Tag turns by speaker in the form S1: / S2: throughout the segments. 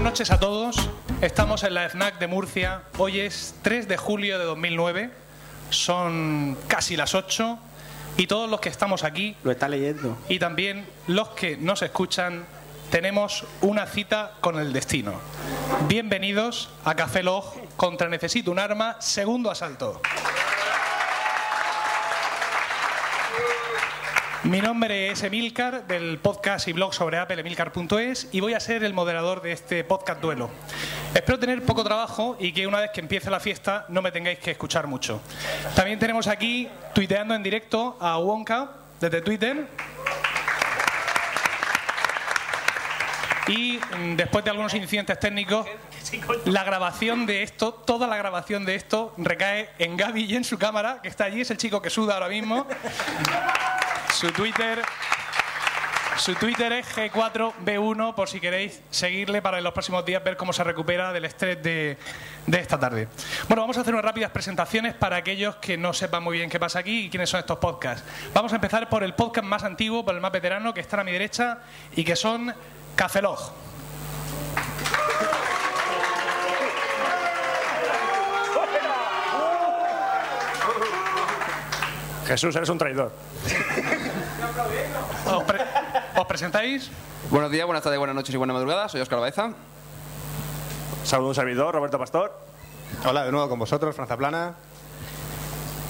S1: noches a todos. Estamos en la FNAC de Murcia. Hoy es 3 de julio de 2009. Son casi las 8. Y todos los que estamos aquí
S2: Lo está leyendo.
S1: y también los que nos escuchan tenemos una cita con el destino. Bienvenidos a Café Log contra Necesito un Arma, segundo asalto. Mi nombre es Emilcar, del podcast y blog sobre Apple, emilcar.es, y voy a ser el moderador de este podcast duelo. Espero tener poco trabajo y que una vez que empiece la fiesta no me tengáis que escuchar mucho. También tenemos aquí, tuiteando en directo, a Wonka desde Twitter. Y mm, después de algunos incidentes técnicos, la grabación de esto, toda la grabación de esto recae en Gaby y en su cámara, que está allí, es el chico que suda ahora mismo. Su Twitter. Su Twitter es G4B1 por si queréis seguirle para en los próximos días ver cómo se recupera del estrés de, de esta tarde. Bueno, vamos a hacer unas rápidas presentaciones para aquellos que no sepan muy bien qué pasa aquí y quiénes son estos podcasts. Vamos a empezar por el podcast más antiguo, por el más veterano, que está a mi derecha y que son Cafelog.
S3: Jesús, eres un traidor.
S1: ¿Os, pre- os presentáis?
S4: Buenos días, buenas tardes, buenas noches y buenas madrugadas. Soy Oscar Baeza.
S3: Saludo a un servidor, Roberto Pastor.
S5: Hola de nuevo con vosotros, Franza Plana.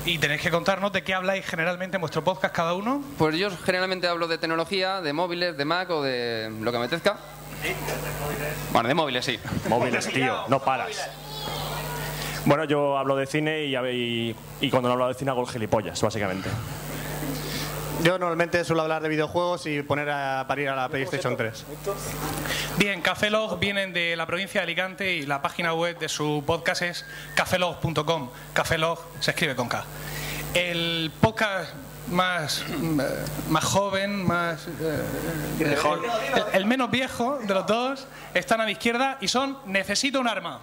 S1: Y tenéis que contarnos de qué habláis generalmente en vuestro podcast cada uno.
S4: Pues yo generalmente hablo de tecnología, de móviles, de Mac o de lo que me apetezca. Bueno, de móviles sí.
S3: Móviles, tío, no paras. Bueno, yo hablo de cine y, y, y cuando no hablo de cine hago el gilipollas, básicamente.
S5: Yo normalmente suelo hablar de videojuegos y poner a parir a la PlayStation 3.
S1: Bien, Cafelog vienen de la provincia de Alicante y la página web de su podcast es cafelog.com. Cafelog se escribe con K. El podcast más, mm, eh, más joven, más. eh, El, el menos viejo de los dos están a mi izquierda y son Necesito un arma.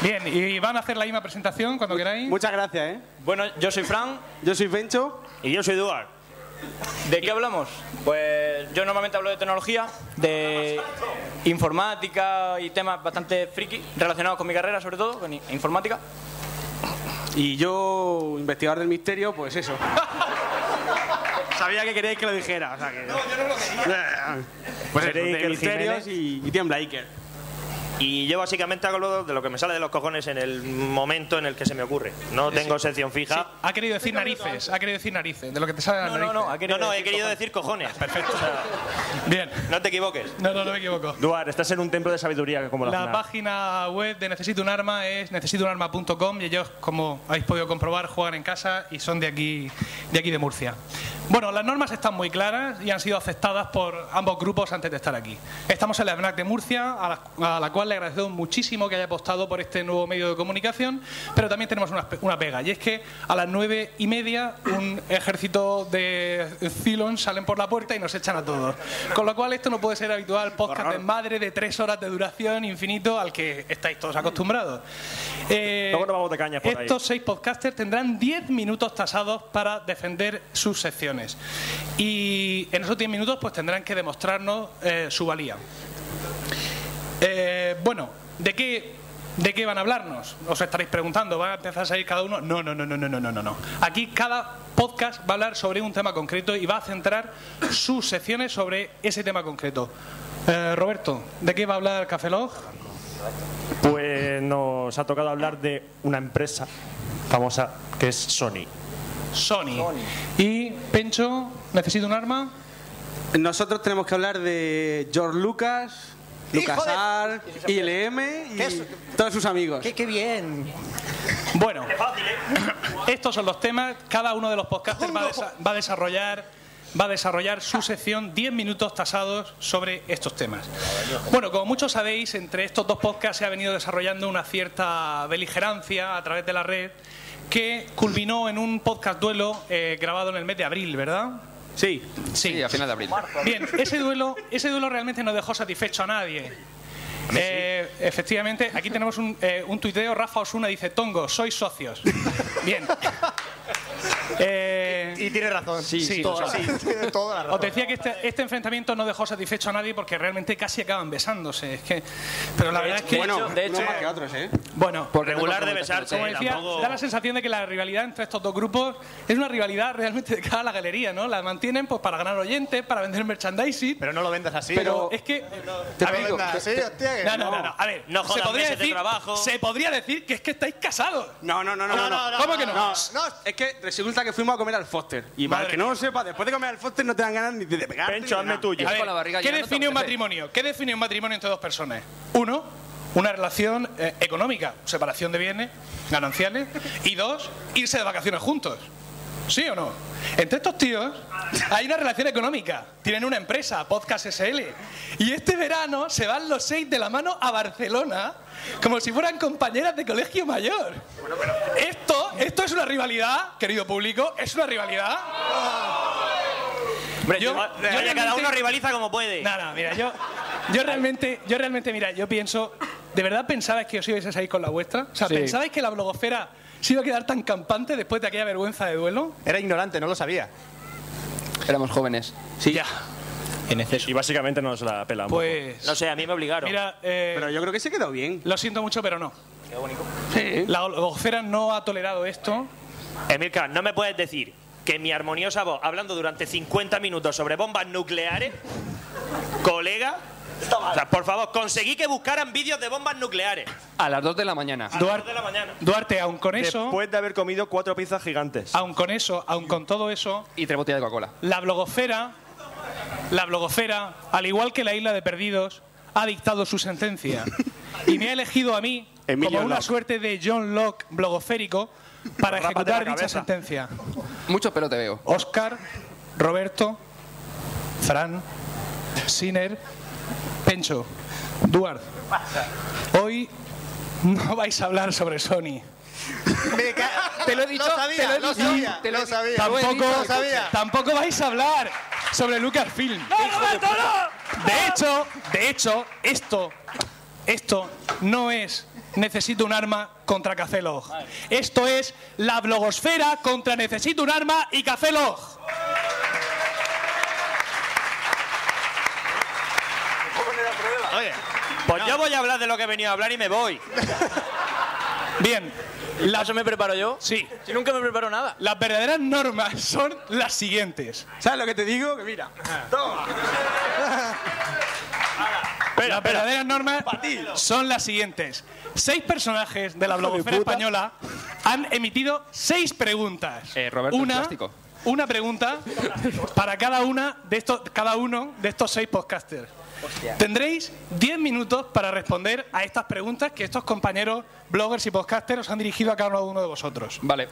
S1: Bien, y van a hacer la misma presentación cuando queráis.
S2: Muchas gracias, ¿eh?
S6: Bueno, yo soy Fran
S2: Yo soy Bencho.
S3: Y yo soy Duarte.
S6: ¿De qué hablamos? Pues yo normalmente hablo de tecnología, de informática y temas bastante friki relacionados con mi carrera, sobre todo, con i- informática.
S2: Y yo, investigador del misterio, pues eso. Sabía que queríais que lo dijera, o sea que... No, yo no lo quería. Pues eso,
S3: Queréis que
S2: de
S3: el
S2: misterios y, y tiembla Iker.
S7: Y yo básicamente hago lo de lo que me sale de los cojones en el momento en el que se me ocurre. No tengo sección fija.
S1: Ha querido decir narices, ha querido decir narices, de lo que te sale de las
S6: No, no, no,
S1: narices.
S7: No,
S6: ha
S7: no, he
S6: decir
S7: querido decir cojones. Perfecto.
S1: Bien.
S7: No te equivoques.
S1: No, no, no me equivoco.
S3: Duarte, estás en un templo de sabiduría que como la,
S1: La
S3: FNAC.
S1: página web de Necesito un Arma es necesitounarma.com y ellos, como habéis podido comprobar, juegan en casa y son de aquí, de aquí de Murcia. Bueno, las normas están muy claras y han sido aceptadas por ambos grupos antes de estar aquí. Estamos en la FNAC de Murcia, a la, a la cual le agradecemos muchísimo que haya apostado por este nuevo medio de comunicación, pero también tenemos una, pe- una pega, y es que a las nueve y media un ejército de Cylons salen por la puerta y nos echan a todos. Con lo cual esto no puede ser habitual, podcast de madre de tres horas de duración infinito al que estáis todos acostumbrados. Eh,
S3: Luego nos vamos de cañas por ahí.
S1: estos seis podcasters tendrán 10 minutos tasados para defender sus secciones. Y en esos 10 minutos pues tendrán que demostrarnos eh, su valía. Eh, bueno, ¿de qué, ¿de qué van a hablarnos? Os estaréis preguntando, ¿va a empezar a salir cada uno? No, no, no, no, no, no, no, no, no. Aquí cada podcast va a hablar sobre un tema concreto y va a centrar sus secciones sobre ese tema concreto. Eh, Roberto, ¿de qué va a hablar Cafelog?
S3: Pues nos ha tocado hablar de una empresa famosa que es Sony.
S1: Sony. Y Pencho, ¿necesito un arma?
S2: Nosotros tenemos que hablar de George Lucas, Lucas Art, ILM y todos sus amigos.
S1: Bueno, estos son los temas. Cada uno de los podcasters va, a desa- va a desarrollar va a desarrollar su sección 10 minutos tasados sobre estos temas. Bueno, como muchos sabéis, entre estos dos podcasts se ha venido desarrollando una cierta beligerancia a través de la red que culminó en un podcast duelo eh, grabado en el mes de abril, ¿verdad?
S2: Sí.
S4: Sí, a final de abril.
S1: Bien, ese duelo, ese duelo realmente no dejó satisfecho a nadie. Eh, efectivamente, aquí tenemos un, eh, un tuiteo, Rafa Osuna dice, Tongo, sois socios. Bien. Eh,
S5: Y tiene razón.
S1: Sí, sí,
S5: Toda-
S1: o sea, sí.
S5: tiene toda la
S1: Os
S5: razón.
S1: decía que este, este enfrentamiento no dejó satisfecho a nadie porque realmente casi acaban besándose. Es que, pero la verdad es que.
S2: Bueno,
S6: de
S2: unos
S6: hecho-
S2: más que otros, ¿eh?
S1: bueno,
S4: Porque
S7: Regular
S4: no
S7: de
S4: pasa mucho,
S7: besarse,
S1: como decía,
S7: tampoco-
S1: da la sensación de que la rivalidad entre estos dos grupos es una rivalidad realmente de cara a la galería, ¿no? La mantienen pues para ganar oyentes, para vender merchandising.
S5: Pero no lo vendas así.
S1: Pero es que.
S5: Te
S1: a ver,
S5: digo, sí, hostia, que
S1: no, no, no, no, A ver,
S7: No
S1: se,
S7: jodan
S1: podría
S7: meses de
S1: decir,
S7: trabajo.
S1: se podría decir que es que estáis casados.
S2: No, no, no, no.
S5: No, no,
S2: no,
S5: no,
S1: ¿Cómo que no?
S5: No,
S2: Es que resulta que fuimos a comer al Foster. Y
S1: Madre
S2: para que no lo sepa, después de comer al Foster no te dan ganas ni de pegar.
S7: Pencho, hazme tuyo.
S1: A ver,
S4: con la barriga
S1: ¿qué
S4: llena no
S1: define
S4: te
S1: un
S4: apetece.
S1: matrimonio? ¿Qué define un matrimonio entre dos personas? Uno, una relación eh, económica, separación de bienes, gananciales. Y dos, irse de vacaciones juntos. ¿Sí o no? Entre estos tíos hay una relación económica. Tienen una empresa, Podcast SL. Y este verano se van los seis de la mano a Barcelona como si fueran compañeras de colegio mayor. Esto, esto es una rivalidad, querido público, es una rivalidad.
S7: Hombre,
S1: Yo-
S7: tú-
S1: yo
S7: oye, cada
S1: realmente-
S7: uno rivaliza como puede.
S1: Nada, mira, yo, yo realmente, yo realmente, mira, yo pienso, ¿de verdad pensabais que os ibais a salir con la vuestra? O sea, ¿pensabais que la blogosfera se iba a quedar tan campante después de aquella vergüenza de duelo?
S5: era ignorante, no lo sabía.
S4: Éramos jóvenes.
S2: Sí.
S6: En exceso.
S3: Y básicamente nos la pelan.
S1: Pues,
S7: No sé, a mí me obligaron.
S1: mira, eh,
S2: Pero yo creo que se quedó bien.
S1: lo siento mucho, pero no.
S2: Sí.
S1: La blogosfera no ha tolerado esto.
S7: Emilcar, no me puedes decir que mi armoniosa voz hablando durante 50 minutos sobre bombas nucleares, colega, o sea, por favor, conseguí que buscaran vídeos de bombas nucleares.
S4: A las 2 de la mañana.
S7: A las
S1: Duarte,
S7: dos de la mañana.
S1: Duarte, aun con eso,
S3: Después de haber comido cuatro pizzas gigantes.
S1: aun con eso, aun con todo eso,
S4: Y tres botellas de Coca-Cola.
S1: la blogosfera, la blogosfera, al igual que la isla de perdidos, ha dictado su sentencia y me ha elegido a mí
S2: Emilio
S1: como una
S2: Locke.
S1: suerte de John Locke blogosférico para
S7: Rápate la
S1: ejecutar dicha
S7: cabeza.
S1: sentencia.
S4: Mucho pelo te veo.
S1: Oscar, Roberto, Fran, Siner, Pencho, Duarte. Hoy no vais a hablar sobre Sony.
S5: Me ca-
S1: Te lo he dicho,
S5: sabía,
S1: te lo he dicho.
S5: sabía,
S4: Te lo-
S5: lo sabía.
S1: Tampoco,
S5: Lo sabía.
S1: tampoco vais a hablar sobre Lucasfilm. De hecho, de hecho, esto, esto no es necesito un arma contra Café Log. Esto es la blogosfera contra necesito un arma y Café Log.
S5: Oye,
S7: Pues yo voy a hablar de lo que he venido a hablar y me voy.
S1: Bien, la-
S6: ¿Eso me preparo yo?
S1: sí,
S6: Si nunca me preparo nada.
S1: las verdaderas normas son las siguientes.
S2: ¿Sabes lo que te digo? Que mira.
S1: las verdaderas normas son las siguientes. Seis personajes de la blogosfera española han emitido seis preguntas.
S4: Eh, Roberto, el
S1: una,
S4: plástico.
S1: una pregunta para cada una de estos, cada uno de estos seis podcasters. Tendréis 10 minutos para responder a estas preguntas que estos compañeros bloggers y podcasters os han dirigido a cada uno de vosotros.
S4: Vale.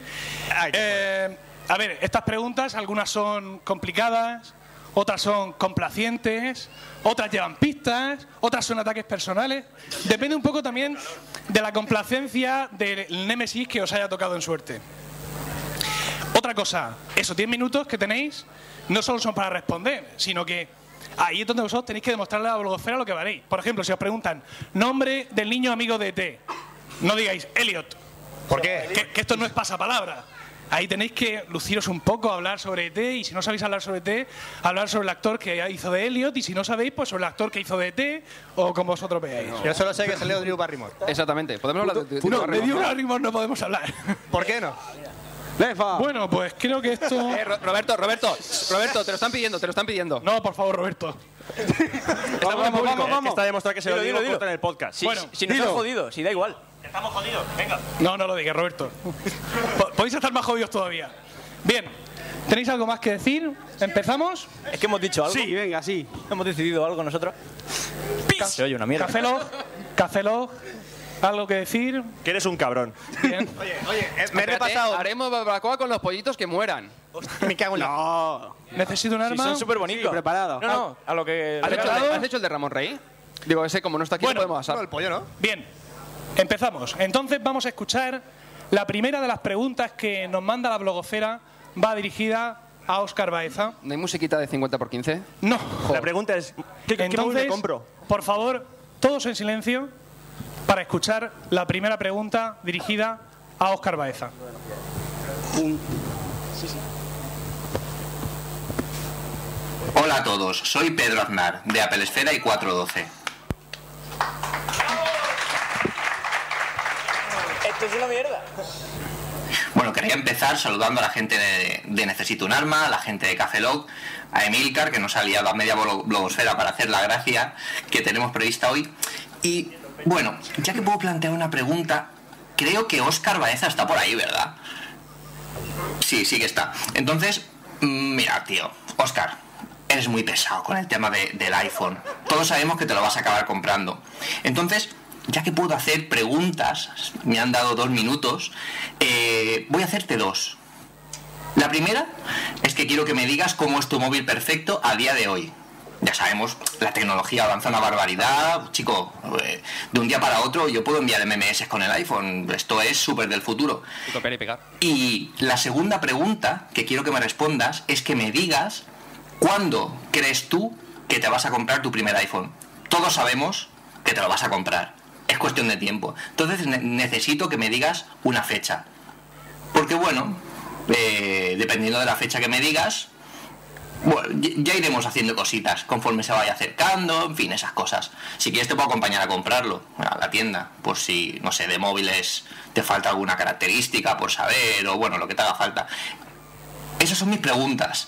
S1: Eh, a ver, estas preguntas, algunas son complicadas, otras son complacientes, otras llevan pistas, otras son ataques personales. Depende un poco también de la complacencia del Némesis que os haya tocado en suerte. Otra cosa, esos 10 minutos que tenéis no solo son para responder, sino que ahí es donde vosotros tenéis que demostrarle a la blogosfera lo que valéis. Por ejemplo, si os preguntan nombre del niño amigo de E T, no digáis Elliot,
S5: ¿por qué?
S1: que, que esto no es pasapalabra. Ahí tenéis que luciros un poco, hablar sobre ET, y si no sabéis hablar sobre ET, hablar sobre el actor que hizo de Elliot, y si no sabéis, pues sobre el actor que hizo de ET, o como vosotros veáis.
S5: Yo solo sé que salió Drew Barrymore.
S4: Exactamente. Podemos hablar de- de. de
S1: No,
S4: Barry
S1: de Drew
S4: Bonds?
S1: Barrymore no podemos hablar.
S5: ¿Por qué no?
S2: Lefa.
S1: Bueno, pues creo que esto...
S4: Eh, Ro- Roberto, Roberto, Roberto, te lo están pidiendo, te lo están pidiendo.
S1: No, por favor, Roberto.
S2: vamos, vamos, vamos, vamos.
S7: Está demostrado que se lo
S6: Dilo,
S7: digo
S6: dilo,
S7: corta
S6: dilo.
S7: en el podcast.
S6: Si,
S1: Bueno,
S6: si- si nos
S2: dilo.
S6: han jodido, si da igual.
S7: Estamos jodidos, venga.
S1: No, no lo digas, Roberto. Po- Podéis estar más jodidos todavía. Bien, ¿tenéis algo más que decir? ¿Empezamos?
S6: Es que hemos dicho algo.
S2: Sí, venga, sí.
S6: Hemos decidido algo nosotros. Se oye una mierda.
S1: Cacelo, Cacelo, ¿algo que decir?
S3: Que eres un cabrón.
S1: Bien.
S5: Me he
S4: Espérate,
S5: repasado.
S4: Haremos barbacoa con los pollitos que mueran.
S5: Me cago en la.
S2: No.
S1: Necesito un
S6: Si
S1: arma.
S6: son súper bonitos.
S2: Sí, preparado.
S6: No,
S4: Ah,
S6: no, a lo que.
S4: ¿Has hecho, el de,
S1: preparado?
S4: has hecho el de Ramón Rey? Digo, ese como no está aquí
S1: Bueno,
S4: no podemos
S5: No,
S4: asar.
S5: el pollo, ¿no?
S1: Bien, empezamos. Entonces vamos a escuchar la primera de las preguntas que nos manda la blogosfera. Va dirigida a Óscar Baeza.
S4: ¿No hay musiquita de 50 por 15?
S1: No.
S3: La pregunta es, ¿qué, qué móvil
S1: Entonces,
S3: me compro?
S1: por favor, todos en silencio para escuchar la primera pregunta dirigida a Óscar Baeza.
S8: Hola a todos, soy Pedro Aznar, de Apelesfera y 412.
S6: Esto es una mierda.
S8: Bueno, quería empezar saludando a la gente de, de Necesito un Arma, a la gente de Café Lock, a Emilcar, que nos ha liado a media blo- blogosfera para hacer la gracia que tenemos prevista hoy. Y bueno, ya que puedo plantear una pregunta, creo que Óscar Baeza está por ahí, ¿verdad? Sí, sí que está. Entonces, mm, mira, tío, Óscar, eres muy pesado con el tema de- del iPhone. Todos sabemos que te lo vas a acabar comprando. Entonces, ya que puedo hacer preguntas, me han dado dos minutos, eh, voy a hacerte dos. La primera es que quiero que me digas cómo es tu móvil perfecto a día de hoy. Ya sabemos, la tecnología avanza una barbaridad, chico, eh, de un día para otro yo puedo enviar MMS con el iPhone, esto es súper del futuro.
S4: Y copiar y pegar.
S8: Y la segunda pregunta que quiero que me respondas es que me digas cuándo crees tú que te vas a comprar tu primer iPhone. Todos sabemos que te lo vas a comprar. Es cuestión de tiempo. Entonces ne- necesito que me digas una fecha. Porque bueno, eh, dependiendo de la fecha que me digas, bueno, ya- ya iremos haciendo cositas conforme se vaya acercando, en fin, esas cosas. Si quieres te puedo acompañar a comprarlo a la tienda, por si, no sé, de móviles te falta alguna característica por saber o bueno, lo que te haga falta. Esas son mis preguntas.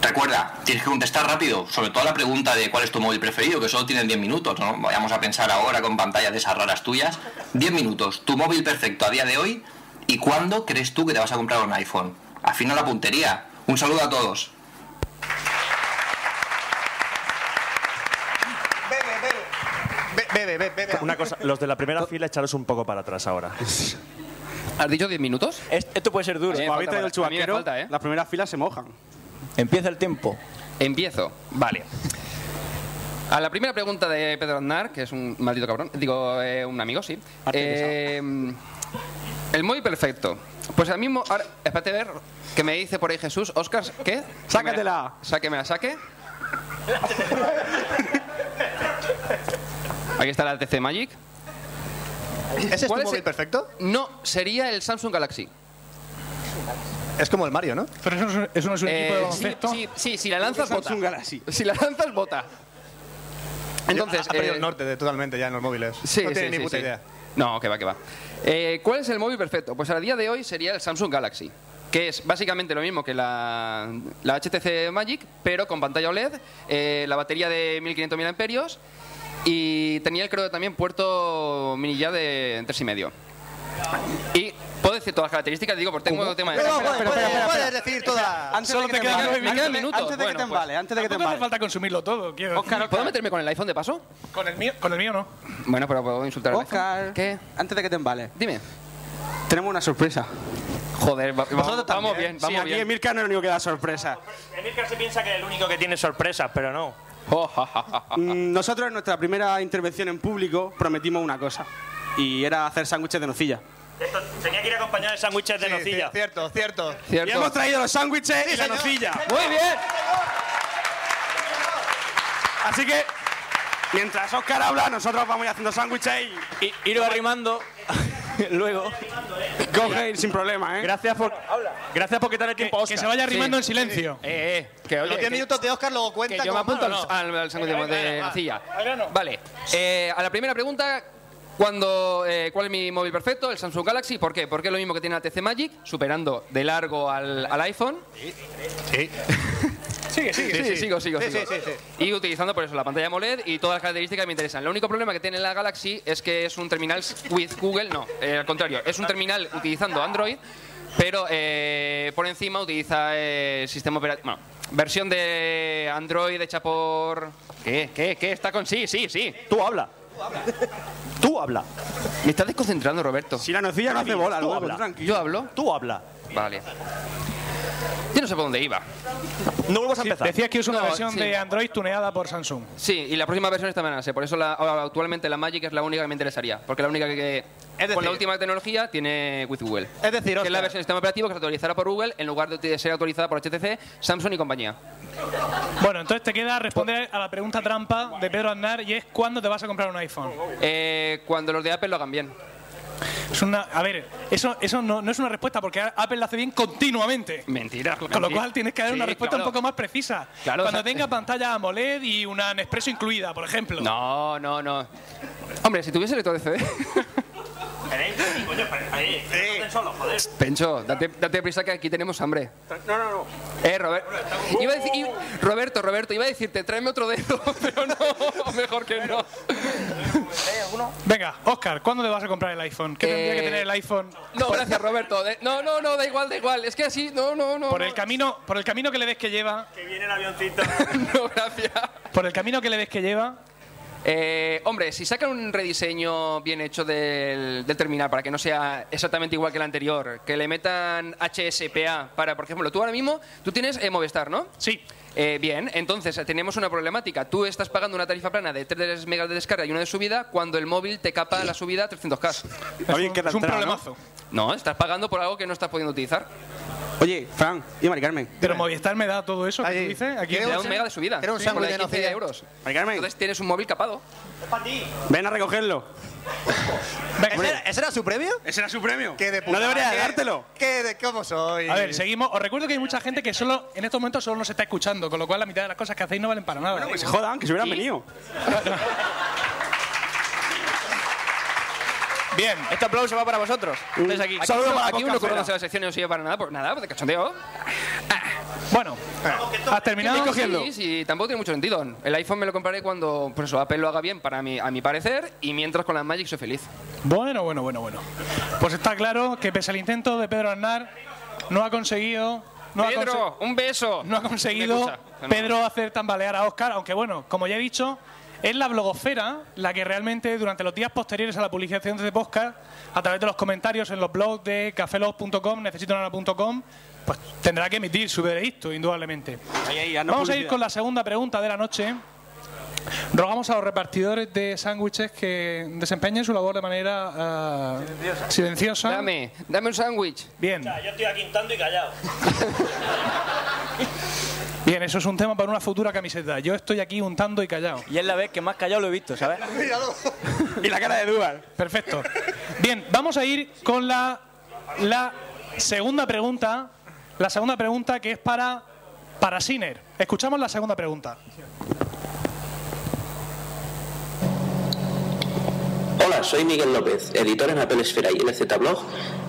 S8: Recuerda, tienes que contestar rápido, sobre todo la pregunta de cuál es tu móvil preferido, que solo tienen 10 minutos, ¿no? Vayamos a pensar ahora con pantallas de esas raras tuyas. 10 minutos, tu móvil perfecto a día de hoy y cuándo crees tú que te vas a comprar un iPhone. Afina la puntería. Un saludo a todos.
S5: Bebe, bebe. Be- Bebe, bebe, bebe.
S3: Una cosa, los de la primera fila echaros un poco para atrás ahora.
S4: ¿Has dicho 10 minutos?
S6: Es- Esto puede ser duro.
S4: Sí.
S2: Como habéis traído
S4: A mí me
S2: el chubaquero,
S4: falta, ¿eh?
S2: las primeras filas se mojan.
S6: Empieza el tiempo.
S4: Empiezo. Vale. A la primera pregunta de Pedro Aznar, que es un maldito cabrón, digo, eh, un amigo, sí. Eh, el móvil perfecto. Pues ahora mismo, ahora, espérate a ver, que me dice por ahí Jesús, Oscar, ¿qué?
S2: Sácatela.
S4: Saque, me la saque. Aquí está la TC Magic.
S5: ¿Ese es tu
S4: ¿Cuál es
S5: móvil
S4: el-
S5: perfecto?
S4: No, sería el Samsung Galaxy.
S5: Es como el Mario, ¿no?
S1: Pero eso, no es- eso no es un equipo de
S4: Eh, sí,
S1: baloncesto.
S4: sí, sí, si la lanzas, bota.
S2: Samsung Galaxy.
S4: Si la lanzas, bota. Entonces,
S5: Ha, ha perdido
S4: eh,
S5: el norte ah, de- totalmente ya en los móviles.
S4: Sí,
S5: no tiene
S4: sí,
S5: ni
S4: sí,
S5: puta
S4: sí.
S5: idea.
S4: No, que va, que va. Eh, ¿Cuál es el móvil perfecto? Pues a día de hoy sería el Samsung Galaxy, que es básicamente lo mismo que la, la HTC Magic, pero con pantalla OLED, eh, la batería de 1500 mAh y tenía, creo, también puerto mini ya de 3,5. Y puedo decir todas las características, digo, porque tengo un tema de...
S5: Pero,
S2: espera, espera,
S5: puedes,
S2: espera,
S5: puedes
S2: espera.
S5: decir toda...
S2: Antes
S1: Solo
S2: de que
S1: te
S2: te
S1: quedan
S2: embale,
S1: nueve
S2: antes de-
S4: minutos.
S2: Antes de que
S4: Bueno, pues.
S2: te embale, antes de que te
S1: Tampoco hace
S2: embale.
S1: falta consumirlo todo. Quiero decir.
S2: Oscar,
S4: ¿Puedo
S2: Oscar,
S4: meterme con el iPhone de paso?
S1: Con el mío, con el mío no.
S4: Bueno, pero puedo insultar al iPhone.
S2: Oscar,
S4: ¿Qué?
S2: antes de que te embale.
S4: Dime.
S2: Tenemos una sorpresa.
S4: Joder, va- vamos,
S2: Vosotros
S4: vamos
S2: también.
S4: bien,
S2: Sí,
S4: vamos
S2: aquí
S4: bien. Ah.
S2: Emilcar no es el único que da sorpresa.
S7: Emilcar se piensa que es el único que tiene sorpresas, pero no.
S4: Oh, ja, ja, ja, ja.
S2: Mm, Nosotros en nuestra primera intervención en público prometimos una cosa. Y era hacer sándwiches de nocilla.
S7: Esto tenía que ir acompañado de sándwiches de
S5: Sí,
S7: nocilla.
S5: sí, Cierto, cierto.
S2: Y
S4: Cierto.
S2: hemos traído los sándwiches y la
S5: señor.
S2: nocilla.
S4: Muy bien.
S2: Así que, mientras Oscar habla, nosotros vamos a ir haciendo sándwiches y
S6: I- ir arrimando. Luego.
S2: coge sin problema, ¿eh?
S3: Gracias por, gracias por quitar el tiempo,
S1: Que
S3: Oscar.
S1: se vaya arrimando en silencio.
S4: Eh, eh, que oye,
S5: Los 10
S4: que-
S5: minutos de Oscar luego
S4: que
S5: cuenta
S4: yo me
S5: como
S4: apunto al,
S5: malo, ¿no?
S4: al, al sándwich de- de
S5: va.
S4: nocilla.
S1: Al grano.
S4: Vale. Eh, a la primera pregunta, cuando, eh, ¿cuál es mi móvil perfecto? El Samsung Galaxy. ¿Por qué? Porque es lo mismo que tiene la TC Magic, superando de largo al, al iPhone.
S5: Sí.
S4: Sí, sí, sigo, sigo,
S5: Sí,
S4: sigo.
S5: sí, sí,
S4: Y utilizando por eso la pantalla AMOLED y todas las características que me interesan. El único problema que tiene la Galaxy es que es un terminal with Google, no, eh, al contrario, es un terminal utilizando Android, pero eh, por encima utiliza eh, sistema operativo, bueno, versión de Android hecha por ¿Qué? ¿Qué? ¿Qué? Está con sí, sí, sí.
S3: Tú habla. Tú habla.
S4: Me estás desconcentrando, Roberto.
S2: Si la nocilla no hace bola,
S3: Tú
S2: luego,
S3: habla.
S2: tranquilo.
S4: Yo hablo.
S3: Tú habla.
S4: Vale. Yo no sé por dónde iba.
S3: No vuelvas a
S1: Sí,
S3: empezar.
S1: decías que es una
S4: No,
S1: versión
S4: sí.
S1: de Android tuneada por Samsung.
S4: Sí, y la próxima versión esta mañana, sé. Por eso la, actualmente la Magic es la única que me interesaría. Porque la única que, que-
S5: decir-
S4: con la última tecnología tiene with Google.
S5: Es decir,
S4: que es la
S5: Oscar.
S4: versión del sistema operativo que se actualizará por Google en lugar de uti- ser actualizada por HTC, Samsung y compañía.
S1: Bueno, entonces te queda responder a la pregunta trampa de Pedro Aznar y es ¿cuándo te vas a comprar un iPhone?
S4: Eh, cuando los de Apple lo hagan bien.
S1: Es una, a ver, eso, eso no, no es una respuesta porque Apple la hace bien continuamente.
S4: Mentira.
S1: Con lo cual tienes que dar una respuesta un poco más precisa.
S4: Claro,
S1: Cuando
S4: o sea,
S1: tenga pantalla AMOLED y una Nespresso incluida, por ejemplo.
S4: No, no, no. Hombre, si tuviese lector de CD.
S7: pues
S4: Pencho, date, date prisa que aquí tenemos hambre. No, no, no. Eh, Robert- iba a decir- i- Roberto, Roberto, iba a decirte, tráeme otro dedo, pero no, mejor que no.
S1: Venga, Oscar, ¿cuándo te vas a comprar el iPhone? ¿Qué tendría
S4: Eh,
S1: que tener el iPhone?
S4: No, gracias, Roberto. De- no, no, no, da igual, da igual. Es que así, no, no, no.
S1: Por
S4: no.
S1: el camino, por el camino que le ves que lleva,
S7: Que viene el avioncito.
S4: No, gracias.
S1: por el camino que le ves que lleva,
S4: Eh, hombre, si sacan un rediseño bien hecho del, del terminal para que no sea exactamente igual que el anterior, que le metan HSPA para, por ejemplo, tú ahora mismo, tú tienes eh, Movistar, ¿no?
S1: sí.
S4: Eh, bien, entonces eh, tenemos una problemática. Tú estás pagando una tarifa plana de 3 megas de descarga y una de subida cuando el móvil te capa la subida a 300K.
S2: Oye,
S1: es un problemazo.
S4: No, estás pagando por algo que no estás pudiendo utilizar.
S2: Oye, Fran y Mari Carmen.
S1: Pero Movistar me da todo eso que tú dices. Aquí
S4: Te da un mega de subida.
S5: Era un
S4: Sí,
S5: sándwich
S4: por la
S5: de
S4: 15
S5: nocilla.
S4: euros.
S2: Mari Carmen,
S4: Entonces tienes un móvil capado.
S2: ven a recogerlo.
S1: Venga,
S5: ¿Ese era, ese era su premio?
S2: Ese era su premio.
S5: ¿Qué de
S2: no debería
S5: ¿Qué-
S2: dártelo.
S5: ¿Qué de cómo soy?
S1: A ver, seguimos. Os recuerdo que hay mucha gente que solo en estos momentos solo nos está escuchando, con lo cual la mitad de las cosas que hacéis no valen para nada.
S2: Que se jodan, que se hubieran venido.
S1: Bien,
S6: Este aplauso va para vosotros.
S2: Mm.
S6: Estáis aquí.
S4: Aquí uno- aquí uno currándose la sección y no sirve para nada, por nada, pues de cachondeo.
S1: bueno, Ah, has terminado.
S4: Sí, sí, tampoco tiene mucho sentido. El iPhone me lo compraré cuando pues, eso, Apple lo haga bien para mi, a mi parecer y mientras con la Magic soy feliz.
S1: Bueno, bueno, bueno, bueno. Pues está claro que pese al intento de Pedro Aznar, no ha conseguido. No ha conse-
S4: Pedro, un beso.
S1: no ha conseguido
S4: Me escucha. No.
S1: Pedro hacer tambalear a Oscar, aunque bueno, como ya he dicho, es la blogosfera la que realmente durante los días posteriores a la publicación de este podcast, a través de los comentarios en los blogs de cafelog.com, necesitonana.com, pues tendrá que emitir su veredicto, indudablemente. Vamos a ir con la segunda pregunta de la noche. Rogamos a los repartidores de sándwiches que desempeñen su labor de manera ah, silenciosa.
S4: Dame, dame un sándwich.
S1: Bien.
S7: Yo estoy aquí intando y callado.
S1: Bien, eso es un tema para una futura camiseta. Yo estoy aquí untando y callado.
S6: Y es la vez que más callado lo he visto, ¿sabes?
S2: Y la cara de Duval.
S1: Perfecto. Bien, vamos a ir con la, la segunda pregunta. La segunda pregunta que es para, para Siner. Escuchamos la segunda pregunta.
S9: Hola, soy Miguel López, editor en Apple Esfera y LZ Blog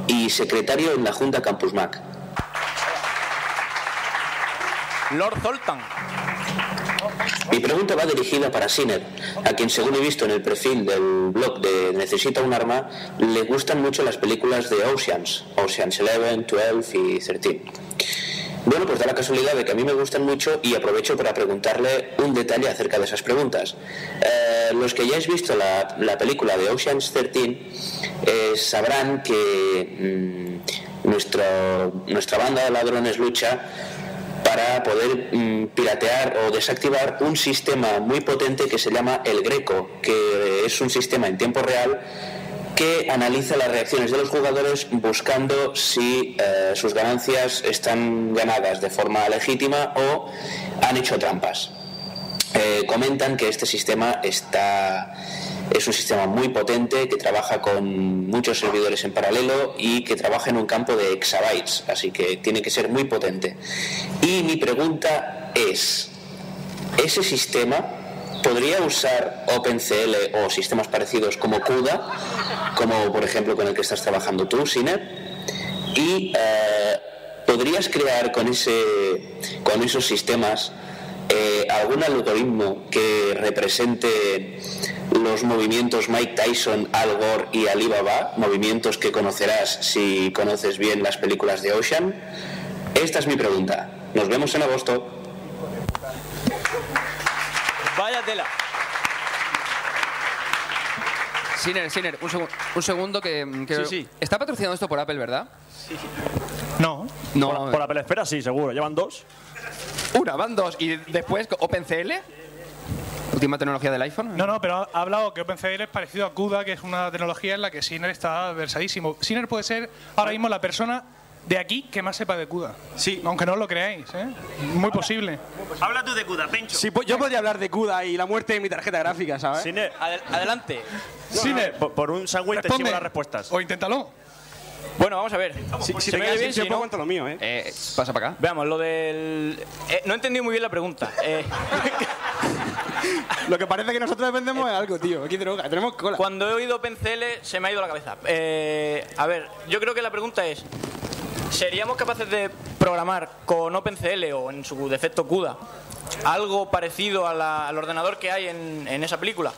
S9: y secretario en la Junta Campus Mac.
S6: Lord Zoltan.
S9: Mi pregunta va dirigida para Siner, a quien según he visto en el perfil del blog de Necesita un arma, le gustan mucho las películas de Oceans, Oceans 11, 12 y 13. Bueno, pues da la casualidad de que a mí me gustan mucho y aprovecho para preguntarle un detalle acerca de esas preguntas. Eh, los que ya hayáis visto la, la película de Oceans 13 eh, sabrán que mm, nuestro- nuestra banda de ladrones lucha para poder mm, piratear o desactivar un sistema muy potente que se llama el Greco, que es un sistema en tiempo real que analiza las reacciones de los jugadores buscando si eh, sus ganancias están ganadas de forma legítima o han hecho trampas. Eh, comentan que este sistema está es un sistema muy potente que trabaja con muchos servidores en paralelo y que trabaja en un campo de exabytes, así que tiene que ser muy potente. Y mi pregunta es, ¿ese sistema podría usar OpenCL o sistemas parecidos como CUDA, como por ejemplo con el que estás trabajando tú, Siner? Y eh, podrías crear con ese con esos sistemas eh, algún algoritmo que represente los movimientos Mike Tyson, Al Gore y Alibaba, movimientos que conocerás si conoces bien las películas de Ocean. Esta es mi pregunta. Nos vemos en agosto.
S6: Vaya tela.
S4: Siner, Siner, un, segun- un segundo que, que-
S6: Sí, sí.
S4: Está patrocinado esto por Apple, ¿verdad?
S1: No.
S4: No,
S3: Por, por la pelespera, sí, seguro. Llevan dos.
S4: una, van dos. Y después OpenCL, última tecnología del iPhone.
S1: No, no, pero ha ha hablado que OpenCL es parecido a CUDA, que es una tecnología en la que Siner está versadísimo. Siner puede ser ahora mismo la persona de aquí que más sepa de CUDA. Sí. Aunque no os lo creáis, ¿eh? Muy posible.
S7: Habla tú de Cuda, Pencho.
S2: Sí, pues yo podría hablar de CUDA y la muerte de mi tarjeta gráfica, ¿sabes?
S3: Siner,
S6: Adel- adelante.
S1: Siner,
S3: por, por un sándwich te
S1: responde.
S3: sigo las respuestas.
S1: O inténtalo.
S6: Bueno, vamos a ver.
S2: Si, si
S6: Se
S2: te
S6: me
S2: quedas
S6: ve
S2: sin
S6: bien, si
S2: tiempo,
S6: no-
S2: cuento lo mío, ¿eh?
S4: Eh, pasa para acá.
S6: Veamos, lo del... eh, no he entendido muy bien la pregunta. Eh,
S2: Lo que parece que nosotros dependemos
S1: Eh.
S2: de algo, tío. Aquí droga, tenemos cola.
S6: Cuando he oído PNCL se me ha ido la cabeza. Eh, a ver, yo creo que la pregunta es, ¿seríamos capaces de programar con OpenCL o en su defecto CUDA algo parecido a la- al ordenador que hay en, en esa película?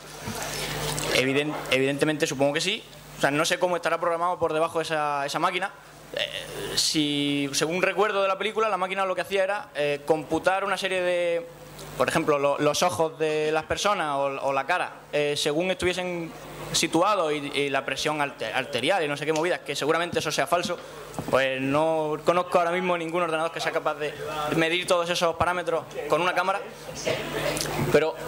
S6: Eviden- evidentemente supongo que sí. O sea, no sé cómo estará programado por debajo esa, esa máquina. Eh, si, según recuerdo de la película, la máquina lo que hacía era eh, computar una serie de, por ejemplo, lo- los ojos de las personas o, o la cara, eh, según estuviesen situados y, y la presión alte- arterial y no sé qué movidas, que seguramente eso sea falso, pues no conozco ahora mismo ningún ordenador que sea capaz de medir todos esos parámetros con una cámara, pero...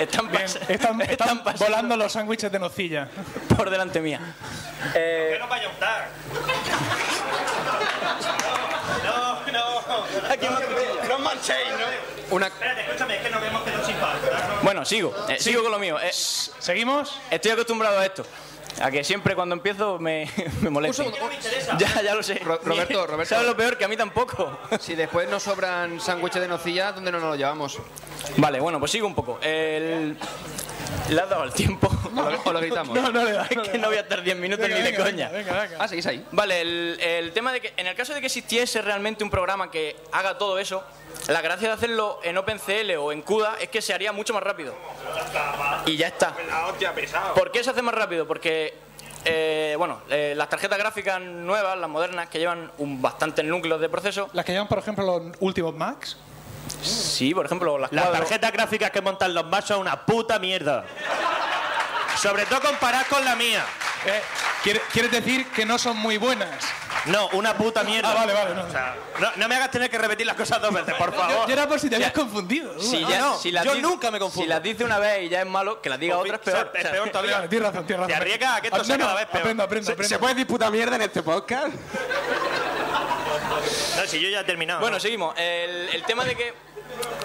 S6: están,
S1: Bien,
S6: pas-
S1: están, están
S6: pasando-
S1: volando los sándwiches de nocilla.
S6: por delante mía.
S7: no vaya a optar?
S4: Una,
S7: Espérate, escúchame, es que no vemos que no sin
S6: Bueno, sigo, eh, sigo con lo mío. Eh,
S1: ¿Seguimos?
S6: estoy acostumbrado a esto. A que siempre cuando empiezo me, me molesta.
S4: Un segundo. No me
S6: Ya, ya lo sé.
S4: Ro- Roberto, Roberto.
S6: ¿Sabes lo peor? Que a mí tampoco.
S4: si después Pues nos sobran sándwiches de nocilla, ¿dónde no nos lo llevamos?
S6: Vale, bueno, pues sigo un poco. El- ¿Le has dado el tiempo?
S4: O lo, o lo gritamos.
S1: No, no le da.
S6: es que no voy a estar 10 minutos
S1: Venga,
S6: ni de
S1: venga,
S6: coña.
S1: venga, venga, venga.
S4: Ah, seguís ahí.
S6: Vale, el, el tema de que en el caso de que existiese realmente un programa que haga todo eso, la gracia de hacerlo en OpenCL o en CUDA es que se haría mucho más rápido. Y ya está. ¿Por qué se hace más rápido? Porque, eh, bueno, eh, las tarjetas gráficas nuevas, las modernas, que llevan un bastantes núcleos de proceso,
S1: Las que llevan, por ejemplo, los últimos Macs.
S6: sí, por ejemplo, las,
S7: Las
S6: cuadro-
S7: tarjetas gráficas que montan los más son una puta mierda. Sobre todo comparad con la mía.
S1: Eh, ¿quiere- ¿Quieres decir que no son muy buenas?
S7: No, una puta mierda.
S1: Ah, vale, vale, no.
S7: O sea, no, no me hagas tener que repetir las cosas dos veces, por
S1: Yo,
S7: favor. Ah,
S1: yo era por si te habías confundido.
S6: Si
S1: Bueno,
S6: ya-
S1: no,
S6: si las
S7: uh, yo
S6: dice-
S7: nunca me confundo.
S6: Si las dice una vez y ya es malo, que las diga otra es peor.
S7: O sea, es peor
S1: Tienes
S7: todavía.
S1: razón, tienes razón, tienes razón. Ah,
S7: Te arriesgas a que esto sea
S1: No, no,
S7: cada vez peor.
S1: Aprendo, aprendo,
S2: ¿Se,
S1: aprendo.
S2: se puede decir puta mierda en este podcast?
S7: No, si yo ya he terminado.
S6: Bueno,
S7: ¿no?
S6: seguimos. El, el tema de que,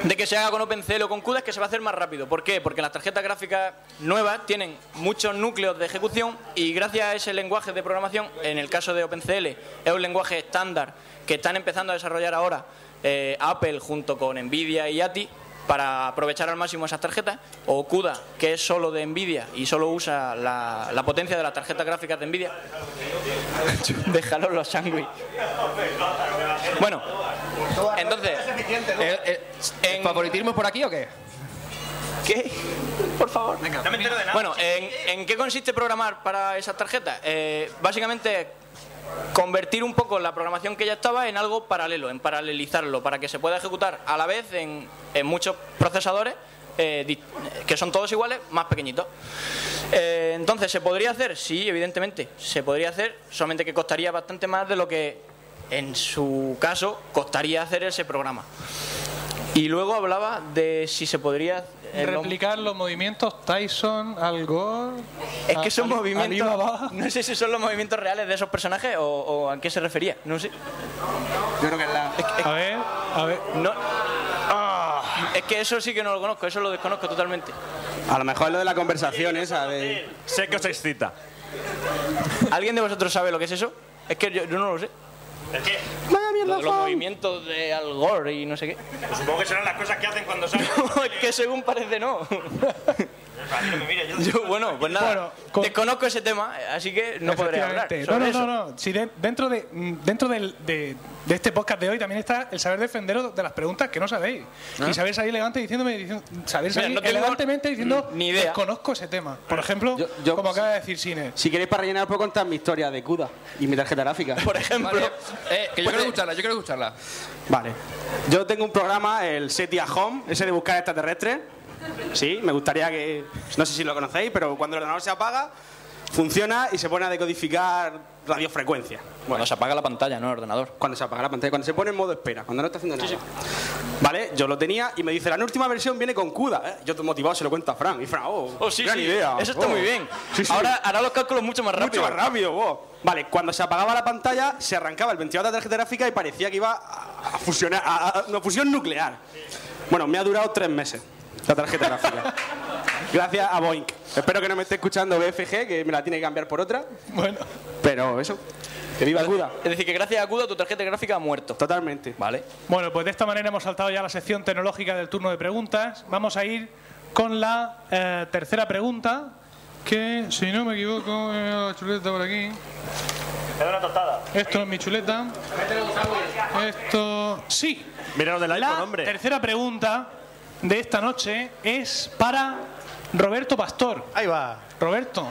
S6: de que se haga con OpenCL o con CUDA es que se va a hacer más rápido. ¿Por qué? Porque las tarjetas gráficas nuevas tienen muchos núcleos de ejecución y gracias a ese lenguaje de programación, en el caso de OpenCL, es un lenguaje estándar que están empezando a desarrollar ahora eh, Apple junto con NVIDIA y ATI para aprovechar al máximo esas tarjetas, o CUDA, que es solo de NVIDIA y solo usa la, la potencia de las tarjetas gráficas de NVIDIA. Déjalo los sándwiches. Bueno, entonces,
S4: Eh, eh,
S6: En-
S4: ¿Favoritismo por aquí o qué?
S6: ¿qué? Por favor.
S7: No me entero de nada.
S6: Bueno, ¿en, en qué consiste programar para esas tarjetas? Eh, básicamente, convertir un poco la programación que ya estaba en algo paralelo, en paralelizarlo, para que se pueda ejecutar a la vez en, en muchos procesadores. eh, di- que son todos iguales, más pequeñitos. Eh, entonces, ¿se podría hacer? Sí, evidentemente, se podría hacer, solamente que costaría bastante más de lo que en su caso costaría hacer ese programa. Y luego hablaba de si se podría... eh, lo-
S1: Replicar los movimientos Tyson, Al Gore.
S6: es que son
S1: Ali-
S6: movimientos.
S1: Alibaba.
S6: No sé si son los movimientos reales de esos personajes o, o a qué se refería. No sé.
S2: Yo creo que es la...
S1: A ver, a ver.
S6: No. Ah. Es que eso sí que no lo conozco, eso lo desconozco totalmente.
S2: A lo mejor es lo de la conversación esa de...
S7: Sé que os excita.
S6: ¿Alguien de vosotros sabe lo que es eso? Es que yo, yo no lo sé. Ah,
S7: Es que
S2: ¡Vaya
S6: Lo
S2: mierda,
S6: de los
S2: fan!
S6: movimientos de Al Gore y no sé qué.
S7: supongo que serán las cosas que hacen cuando salen.
S6: Pues es que según parece no.
S7: A mí no me mires, yo-
S6: Yo, bueno, pues nada.
S1: Bueno, con-
S6: Desconozco ese tema, así que no podré hablar.
S1: Efectivamente. No,
S6: sobre eso.
S1: no, no, no. Si de- dentro de, mm, dentro del- de, de este podcast de hoy también está el saber defenderos de las preguntas que no sabéis. Y saber salir elegante diciéndome, diciendo- saber
S6: Ah. Mira,
S1: salir
S6: no tengo
S1: elegantemente diciendo, "Pues
S6: ni idea.
S1: conozco ese tema. Por ejemplo,
S2: Yo- yo-
S1: como acaba de decir Cine.
S2: Si queréis para rellenar, puedo contar mi historia de CUDA y mi tarjeta gráfica.
S6: Por ejemplo,
S4: Vale,
S1: Pues
S4: eh, que yo quiero escucharla, yo quiero escucharla.
S2: Vale. Yo tengo un programa, el Setia Home, ese de buscar extraterrestres. Sí, me gustaría que... No sé si lo conocéis, pero cuando el ordenador se apaga, funciona y se pone a decodificar radiofrecuencia.
S6: bueno, se apaga la pantalla, ¿no? El ordenador.
S2: Cuando se apaga la pantalla, cuando se pone en modo espera, cuando no está haciendo nada. ¿Vale? Yo lo tenía y me dice, la última versión viene con CUDA. ¿eh? Yo motivado se lo cuento a Fran. Y Fran, oh,
S6: Oh, sí,
S2: gran
S6: sí.
S2: idea.
S6: Eso está
S2: oh.
S6: muy bien.
S2: Sí, sí.
S6: Ahora hará los cálculos mucho más rápido.
S2: Mucho más rápido, vos. Vale, cuando se apagaba la pantalla, se arrancaba el ventilador de la tarjeta gráfica y parecía que iba a a fusionar, a, a- una fusión nuclear. Bueno, me ha durado tres meses la tarjeta gráfica. Gracias a Boeing. Espero que no me esté escuchando BFG, que me la tiene que cambiar por otra.
S1: Bueno,
S2: Pero eso, que viva CUDA.
S6: Es decir, que gracias a CUDA tu tarjeta gráfica ha muerto.
S2: Totalmente.
S6: Vale.
S1: bueno, pues de esta manera hemos saltado ya a la sección tecnológica del turno de preguntas. Vamos a ir con la eh, tercera pregunta, que si no me equivoco, eh, la chuleta por aquí.
S3: una tostada.
S1: Esto es mi chuleta. Esto. Sí.
S3: Mira lo del iPhone,
S1: La
S3: hombre.
S1: tercera pregunta de esta noche es para Roberto Pastor.
S5: Ahí va.
S1: Roberto,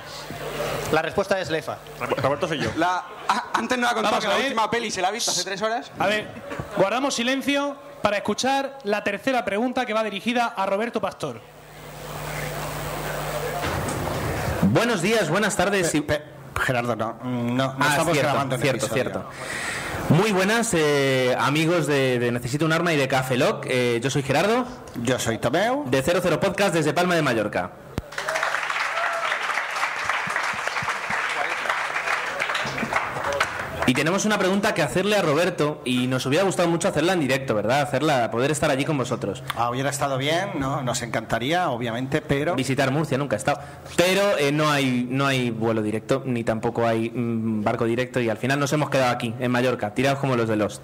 S5: La respuesta es lefa.
S3: Roberto soy yo.
S2: La, ah, antes no la contaba
S1: Vamos
S2: que
S1: a
S2: la
S1: ver.
S2: última peli se la ha visto hace tres horas.
S1: a ver, guardamos silencio para escuchar la tercera pregunta que va dirigida a Roberto Pastor.
S10: Buenos días, buenas tardes. y-
S11: Gerardo, no, mm, no, no
S10: Ah,
S11: estamos
S10: cierto,
S11: grabando en el
S10: cierto,
S11: episodio.
S10: cierto. Muy buenas, eh, amigos de, de Necesito un Arma y de Café Lock. Eh, yo soy Gerardo,
S11: Yo soy Tomeu.
S10: de 00 Podcast desde Palma de Mallorca. Y tenemos una pregunta que hacerle a Roberto y nos hubiera gustado mucho hacerla en directo, ¿verdad? Hacerla, poder estar allí con vosotros.
S11: Ah, hubiera estado bien, no, nos encantaría, obviamente, pero
S10: Visitar Murcia, nunca he estado. Pero eh, no, hay, no hay vuelo directo, ni tampoco hay mm, barco directo, y al final nos hemos quedado aquí, en Mallorca, tirados como los de Lost.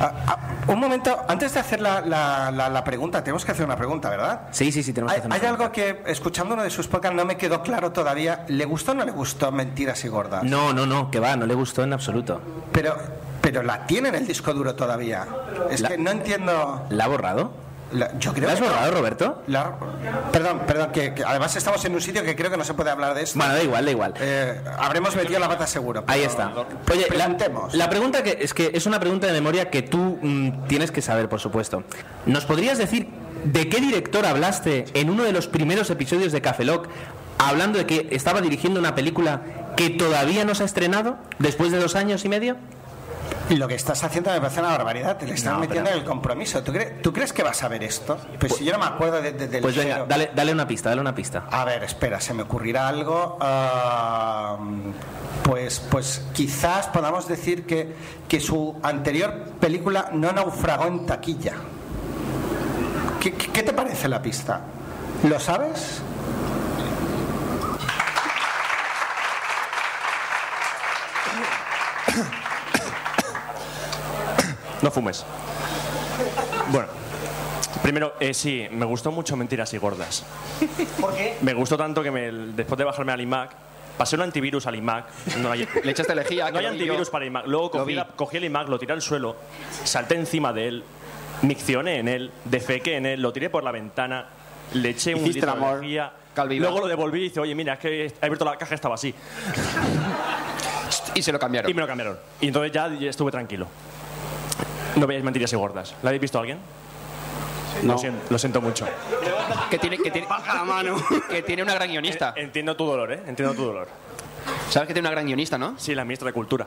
S11: Ah, ah, un momento, antes de hacer la, la- la- la pregunta, tenemos que hacer una pregunta, ¿verdad?
S10: Sí, sí, sí, tenemos
S11: Hay,
S10: que hacer una
S11: hay algo
S10: pregunta.
S11: que, escuchando uno de sus podcasts, no me quedó claro todavía. ¿Le gustó o no le gustó Mentiras y Gordas?
S10: No, no, no, que va, no le gustó en absoluto.
S11: Pero, pero la tiene en el disco duro todavía. Es
S10: La-
S11: que no entiendo.
S10: ¿La ha borrado?
S11: la- yo creo
S10: ¿La has
S11: que no.
S10: borrado, Roberto?
S11: La- perdón, perdón, que, que además estamos en un sitio que creo que no se puede hablar de esto.
S10: Bueno, da igual, da igual.
S11: Eh, habremos metido la pata seguro. pero-
S10: Ahí está. Oye, la,
S11: preguntemos.
S10: la pregunta que es que es una pregunta de memoria que tú mm, tienes que saber, por supuesto. ¿Nos podrías decir de qué director hablaste en uno de los primeros episodios de Café Lock, hablando de que estaba dirigiendo una película que todavía no se ha estrenado después de dos años y medio?
S11: Lo que estás haciendo me parece una barbaridad. Te le estás
S10: No,
S11: metiendo
S10: pero-
S11: en el compromiso. ¿Tú, cre- tú crees que vas a ver esto? Pues, si yo no me acuerdo de, de- del
S10: Pues venga,
S11: cero.
S10: dale, dale una pista, dale una pista.
S11: A ver, espera, se me ocurrirá algo. Ah, pues, pues quizás podamos decir que, que su anterior película no naufragó en taquilla. ¿Qué, qué- qué te parece la pista? ¿Lo sabes?
S3: No fumes. Bueno. Primero, eh, sí, me gustó mucho Mentiras y Gordas.
S11: ¿Por qué?
S3: Me gustó tanto que me- después de bajarme al iMac, pasé un antivirus al iMac. No hay,
S4: Le echaste lejía.
S3: no
S4: que
S3: hay
S4: lo vi yo.
S3: antivirus para iMac. Luego
S4: Lo
S3: cogí,
S4: vi.
S3: la- cogí el iMac, lo tiré al suelo, salté encima de él, miccioné en él, defequé en él, lo tiré por la ventana, le eché un
S2: Hiciste
S3: litro
S2: el amor.
S3: de lejía.
S4: Calviva.
S3: Luego lo devolví y dice, oye, mira, es que he abierto la caja, estaba así.
S4: Y se lo cambiaron.
S3: Y me lo cambiaron. Y entonces ya estuve tranquilo. No veáis mentiras y gordas. ¿La habéis visto alguien? Lo, siento, lo siento mucho.
S4: Que tiene, que, tiene,
S2: la mano.
S4: que tiene una gran guionista.
S3: Entiendo tu dolor, ¿eh? Entiendo tu dolor.
S4: Sabes que tiene una gran guionista, ¿no?
S3: Sí, la ministra de Cultura.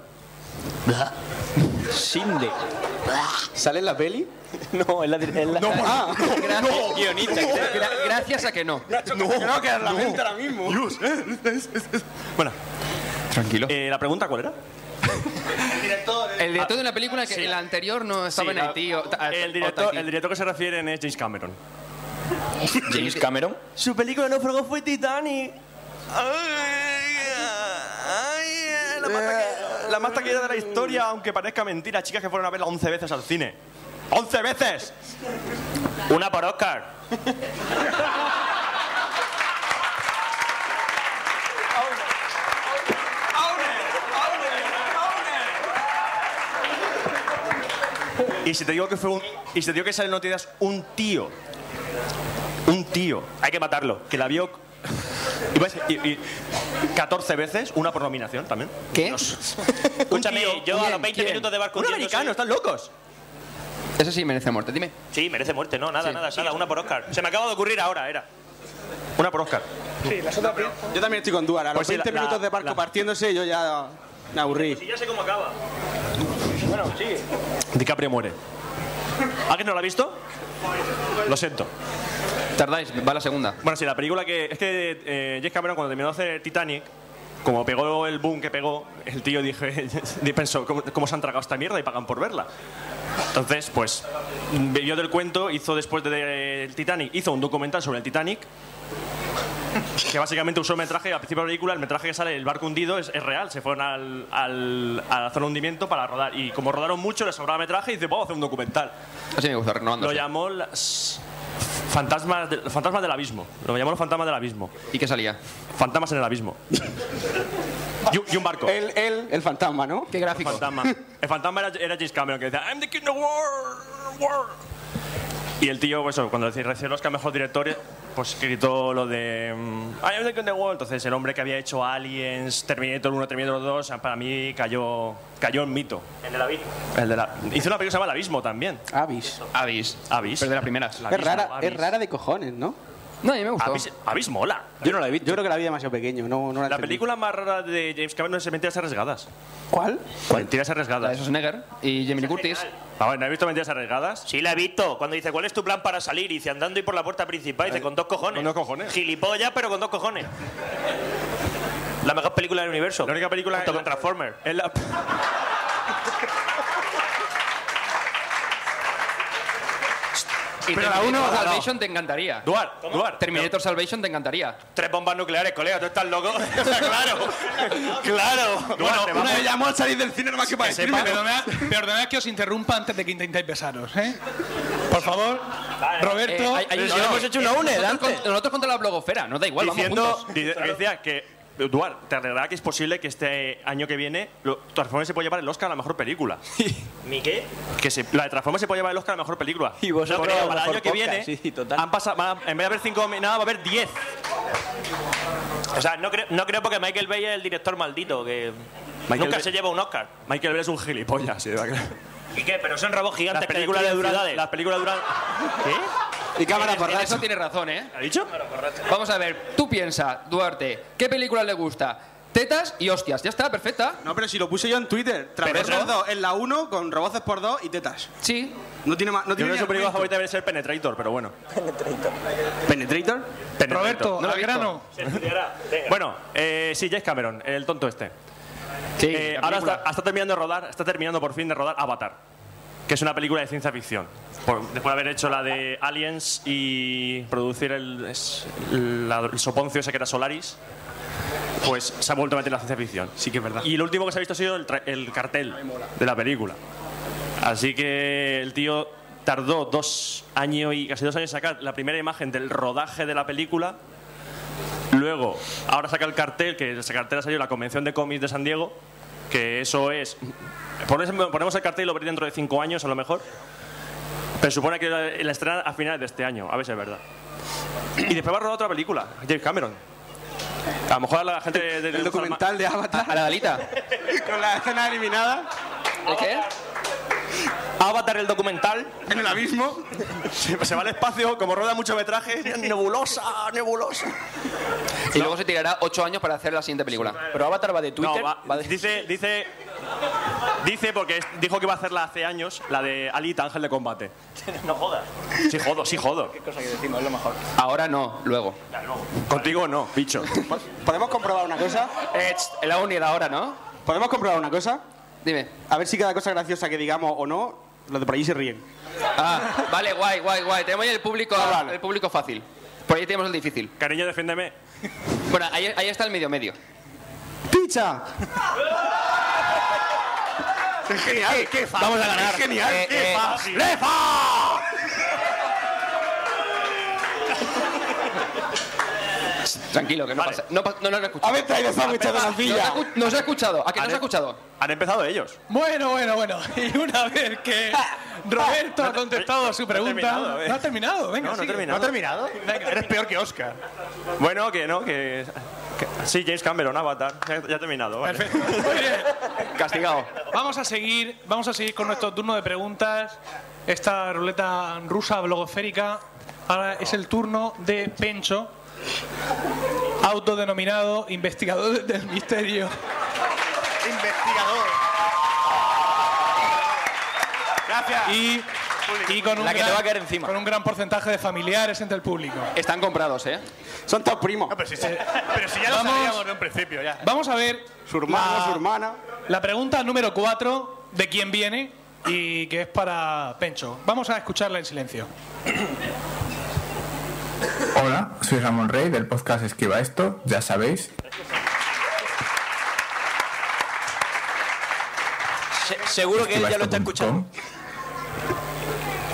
S6: Sinde.
S2: ¿Sale en la peli?
S6: No, es la. dir- es la-
S2: Ah,
S4: Gracias,
S6: Guionista.
S4: gra- gracias a que no.
S2: no, creo que la mente ahora mismo.
S3: eh, Bueno,
S4: Tranquilo.
S3: eh, ¿la pregunta cuál era?
S4: El director de una película que en la anterior no estaba
S3: Sí,
S4: en
S3: la-
S4: Haití. o- ta-
S3: El
S4: o
S3: director,
S4: Tahití.
S3: el director que se refieren es James Cameron.
S6: James Cameron.
S7: Su película de náufrago fue Titanic. Ay, ay,
S3: La más, taquilla, de la historia, aunque parezca mentira, chicas que fueron a verla 11 veces al cine. ¡11 veces! Una por Oscar. Y si te digo que fue un. Y si te digo que sale en noticias un tío. Un tío. Hay que matarlo. Que la vio. iba a decir- y- y 14 veces, una por nominación también.
S4: ¿Qué?
S3: Escúchame,
S7: tío,
S3: yo a
S7: ¿quién?
S3: los 20
S7: ¿quién?
S3: minutos de barco.
S7: Un
S3: hundiéndose-
S7: americano, están locos.
S4: Eso sí merece muerte. Dime.
S7: Sí, merece muerte, no, nada,
S4: Sí.
S7: nada, nada, una por Oscar. Se me acaba de ocurrir ahora, era. Una por Oscar.
S2: Yo también estoy con Duar. A los
S7: Pues sí, la-
S2: 20 minutos
S7: la-
S2: de barco
S7: la-
S2: partiéndose, yo ya me aburrí.
S7: ya sé cómo acaba. Bueno, sigue.
S3: DiCaprio muere. ¿Alguien no la ha visto? Lo siento.
S4: Tardáis, va la segunda.
S3: Bueno, sí, la película que. Es que eh, James Cameron, cuando terminó de hacer Titanic, como pegó el boom que pegó, el tío dije, pensó, ¿cómo, cómo se han tragado esta mierda y pagan por verla? Entonces, pues, yo del cuento, hizo después del Titanic, hizo un documental sobre el Titanic, que básicamente usó el metraje, al principio de la película, el metraje que sale el barco hundido es, es real, se fueron al, al, a la zona de hundimiento para rodar, y como rodaron mucho, les sobraba metraje y dice, vamos a hacer un documental.
S4: Así Ah, me gusta, renovando.
S3: Lo llamó las fantasmas, de- fantasmas del abismo. Lo llamó los fantasmas del abismo.
S4: ¿Y qué salía?
S3: Fantasmas en el abismo. y, un- y un barco.
S2: El, el, el fantasma, ¿no?
S4: ¿Qué gráfico?
S3: Fantasma. El fantasma era, era James Cameron que decía I'm the king of war, war". Y el tío, pues, eso, cuando decía recién los mejor director, pues gritó lo de mm, I am the king of the world. Entonces el hombre que había hecho Aliens, Terminator 1, Terminator 2, para mí cayó, cayó en mito.
S7: En el abismo.
S3: El de la- hizo una película que se llama El Abismo también.
S2: Avis.
S4: Avis.
S3: Avis.
S4: Pero de las primeras.
S2: Es rara, es rara de cojones, ¿no?
S4: No, a mí me gustó.
S3: Avis, Avis mola.
S2: Yo no la he visto. Yo creo que la vi demasiado pequeño. No, no la,
S3: La
S2: entendí.
S3: película más rara de James Cameron es Mentiras Arriesgadas.
S2: ¿Cuál?
S3: Mentiras
S4: La de
S3: Arriesgadas.
S4: Schwarzenegger y Jamie Lee Curtis.
S3: Ah, bueno, ¿has visto Mentiras Arriesgadas?
S7: Sí, la he visto. Cuando dice, ¿cuál es tu plan para salir? Y dice, andando y por la puerta principal. Y dice, con dos cojones.
S3: Con dos cojones.
S7: Gilipollas, pero con dos cojones. La mejor película del universo.
S3: La única película
S7: Junto con Transformer.
S3: Es la...
S4: Y
S3: Pero la
S4: Terminator
S3: uno, la
S4: Salvation te encantaría.
S3: Duar, Duar.
S4: Terminator Salvation te encantaría.
S7: Tres bombas nucleares, colega, tú estás loco. claro, claro.
S3: Duarte,
S7: Bueno,
S3: vamos.
S7: una de ellas-
S2: llamó al salir del cine nomás que para
S1: Perdonad, perdonad que os interrumpa antes de que intentéis besaros, ¿eh? Por favor, Roberto.
S4: Eh, hay- hay-
S7: Pero si
S4: no,
S7: hemos hecho una
S4: nosotros
S7: UNED
S4: con-
S7: antes.
S4: Nosotros contra la blogosfera, nos da igual, vamos
S3: eh, diciendo,
S4: juntos.
S3: di- decía que... Duarte, ¿te verdad que es posible que este año que viene lo- Transformers se puede llevar el Oscar a la mejor película?
S7: ¿Mi qué?
S3: que se, la de Transformers se puede llevar el Oscar a la mejor película.
S2: Y vosotros
S3: Porque
S2: a la
S3: para el
S2: mejor
S3: año que viene,
S2: podcast, sí, total.
S3: han pasado, va- en vez de haber cinco nominadas, va a haber diez.
S7: O sea, no creo, no creo porque Michael Bay es el director maldito, que
S3: Michael
S7: nunca
S3: Bay-
S7: se lleva un Oscar.
S3: Michael Bay es un gilipollas. sí, va, claro.
S7: ¿Y qué? Pero son robots gigantes
S3: Las
S7: que
S3: películas de
S7: destruyen
S3: Duran...
S7: ciudades.
S3: Las películas de Duran... ¿Qué?
S2: Y cámara
S4: En-
S2: por
S4: en
S2: rato.
S4: eso tiene razón, ¿eh?
S3: ¿Ha dicho?
S4: Vamos a ver, tú piensa, Duarte, ¿qué película le gusta? Tetas y hostias, ya está, perfecta.
S2: No, pero si lo puse yo en Twitter. Transformers
S4: eso-
S2: 2 en la 1 con roboces por 2 y tetas.
S4: Sí.
S2: No tiene más. No
S3: Yo
S2: tiene
S3: creo que su
S2: ni
S3: película
S2: argumento.
S3: favorita debe ser Penetrator, pero bueno.
S2: Penetrator.
S3: Penetrator.
S1: Roberto,
S4: No
S1: al
S4: la he visto.
S1: grano.
S3: Bueno, eh, sí, James Cameron, el tonto este.
S4: Sí.
S3: Eh,
S4: la
S3: ahora
S4: película.
S3: está, está terminando de rodar, está terminando por fin de rodar Avatar, que es una película de ciencia ficción. Por- después de haber hecho la de Aliens y producir el, es- la- el soponcio ese que era Solaris, pues se ha vuelto a meter en la ciencia ficción.
S2: Sí que es verdad.
S3: Y lo último que se ha visto ha sido el, tra- el cartel de la película. Así que el tío tardó dos años y casi dos años en sacar la primera imagen del rodaje de la película. Luego, ahora saca el cartel, que ese cartel ha salido en la Convención de Cómics de San Diego, que eso es... pones- Ponemos el cartel y lo veréis dentro de cinco años, a lo mejor. Pero supone que la, la estrena a finales de este año, a ver si es verdad. Y después va a rodar otra película, James Cameron. A lo mejor a la gente... de- de-
S2: El documental de Avatar.
S4: A la Dalita.
S2: Con la escena eliminada.
S4: ¿El qué?
S7: Avatar el documental.
S2: En el abismo.
S3: Se va al espacio, como rueda mucho metraje, nebulosa, nebulosa.
S4: Y luego se tirará ocho años para hacer la siguiente película.
S6: Pero Avatar va de Twitter.
S3: No, va-
S6: va de-
S3: dice, dice, dice porque es- dijo que iba a hacerla hace años, la de Alita Ángel de Combate.
S7: No jodas.
S3: Sí jodo, sí jodo.
S6: cosa que decimos, es lo mejor.
S4: Ahora no, luego.
S3: Contigo no, bicho.
S2: ¿Podemos comprobar una cosa?
S4: Eh, el aún y el ahora, ¿no?
S2: ¿Podemos comprobar una cosa?
S4: Dime.
S2: A ver si cada cosa graciosa que digamos o no, los de por allí se ríen.
S4: Ah, vale, guay, guay, guay. Tenemos ahí el público,
S2: Ah, vale.
S4: el público fácil. Por ahí tenemos el difícil.
S3: Cariño, defiéndeme.
S4: Bueno, ahí, ahí está el medio medio.
S2: ¡Picha! ¡Es genial! ¡Qué fácil! ¡Vamos a ganar! ¡Es genial!
S4: Eh,
S2: ¡Qué
S4: eh,
S2: fácil!
S4: Tranquilo, que no pasa. No, pa- no, no lo he escuchado.
S2: ¡Habéis traído sándwiches de
S4: Nos ha
S2: nocilla!
S4: escu- Nos ha escuchado. ¿A qué nos ha escuchado?
S3: Han empezado ellos.
S1: Bueno, bueno, bueno. Y una vez que Roberto ha contestado a su
S3: no he
S1: pregunta.
S3: terminado, eh.
S1: No ha terminado, venga.
S3: No, no he
S1: sigue.
S3: terminado.
S1: terminado? Venga,
S5: Eres peor que Oscar.
S3: Bueno, que no, que... que- sí, James Cameron, Avatar. Ya, ya he terminado, vale.
S1: perfecto. Muy bien.
S4: Castigado.
S1: Vamos a seguir, vamos a seguir con nuestro turno de preguntas. Esta ruleta rusa blogosférica. Ahora es el turno de Pencho, autodenominado investigador del misterio.
S5: Investigador.
S1: Y Y con un
S6: La que te
S1: gran-
S6: va a caer encima.
S1: Con un gran porcentaje de familiares entre el público. Eh,
S4: Están comprados, ¿eh?
S2: Son todos primos.
S1: pero, si
S12: ya lo sabíamos
S1: vamos,
S12: de un principio, ya.
S1: vamos a ver. Su
S12: hermano, su
S2: hermana.
S1: La pregunta número 4 de quién viene y que es para Pencho. Vamos a escucharla en silencio.
S13: Hola, soy Ramón Rey del podcast Esquiva Esto, ya sabéis.
S6: Se- seguro que él ya lo está escuchando.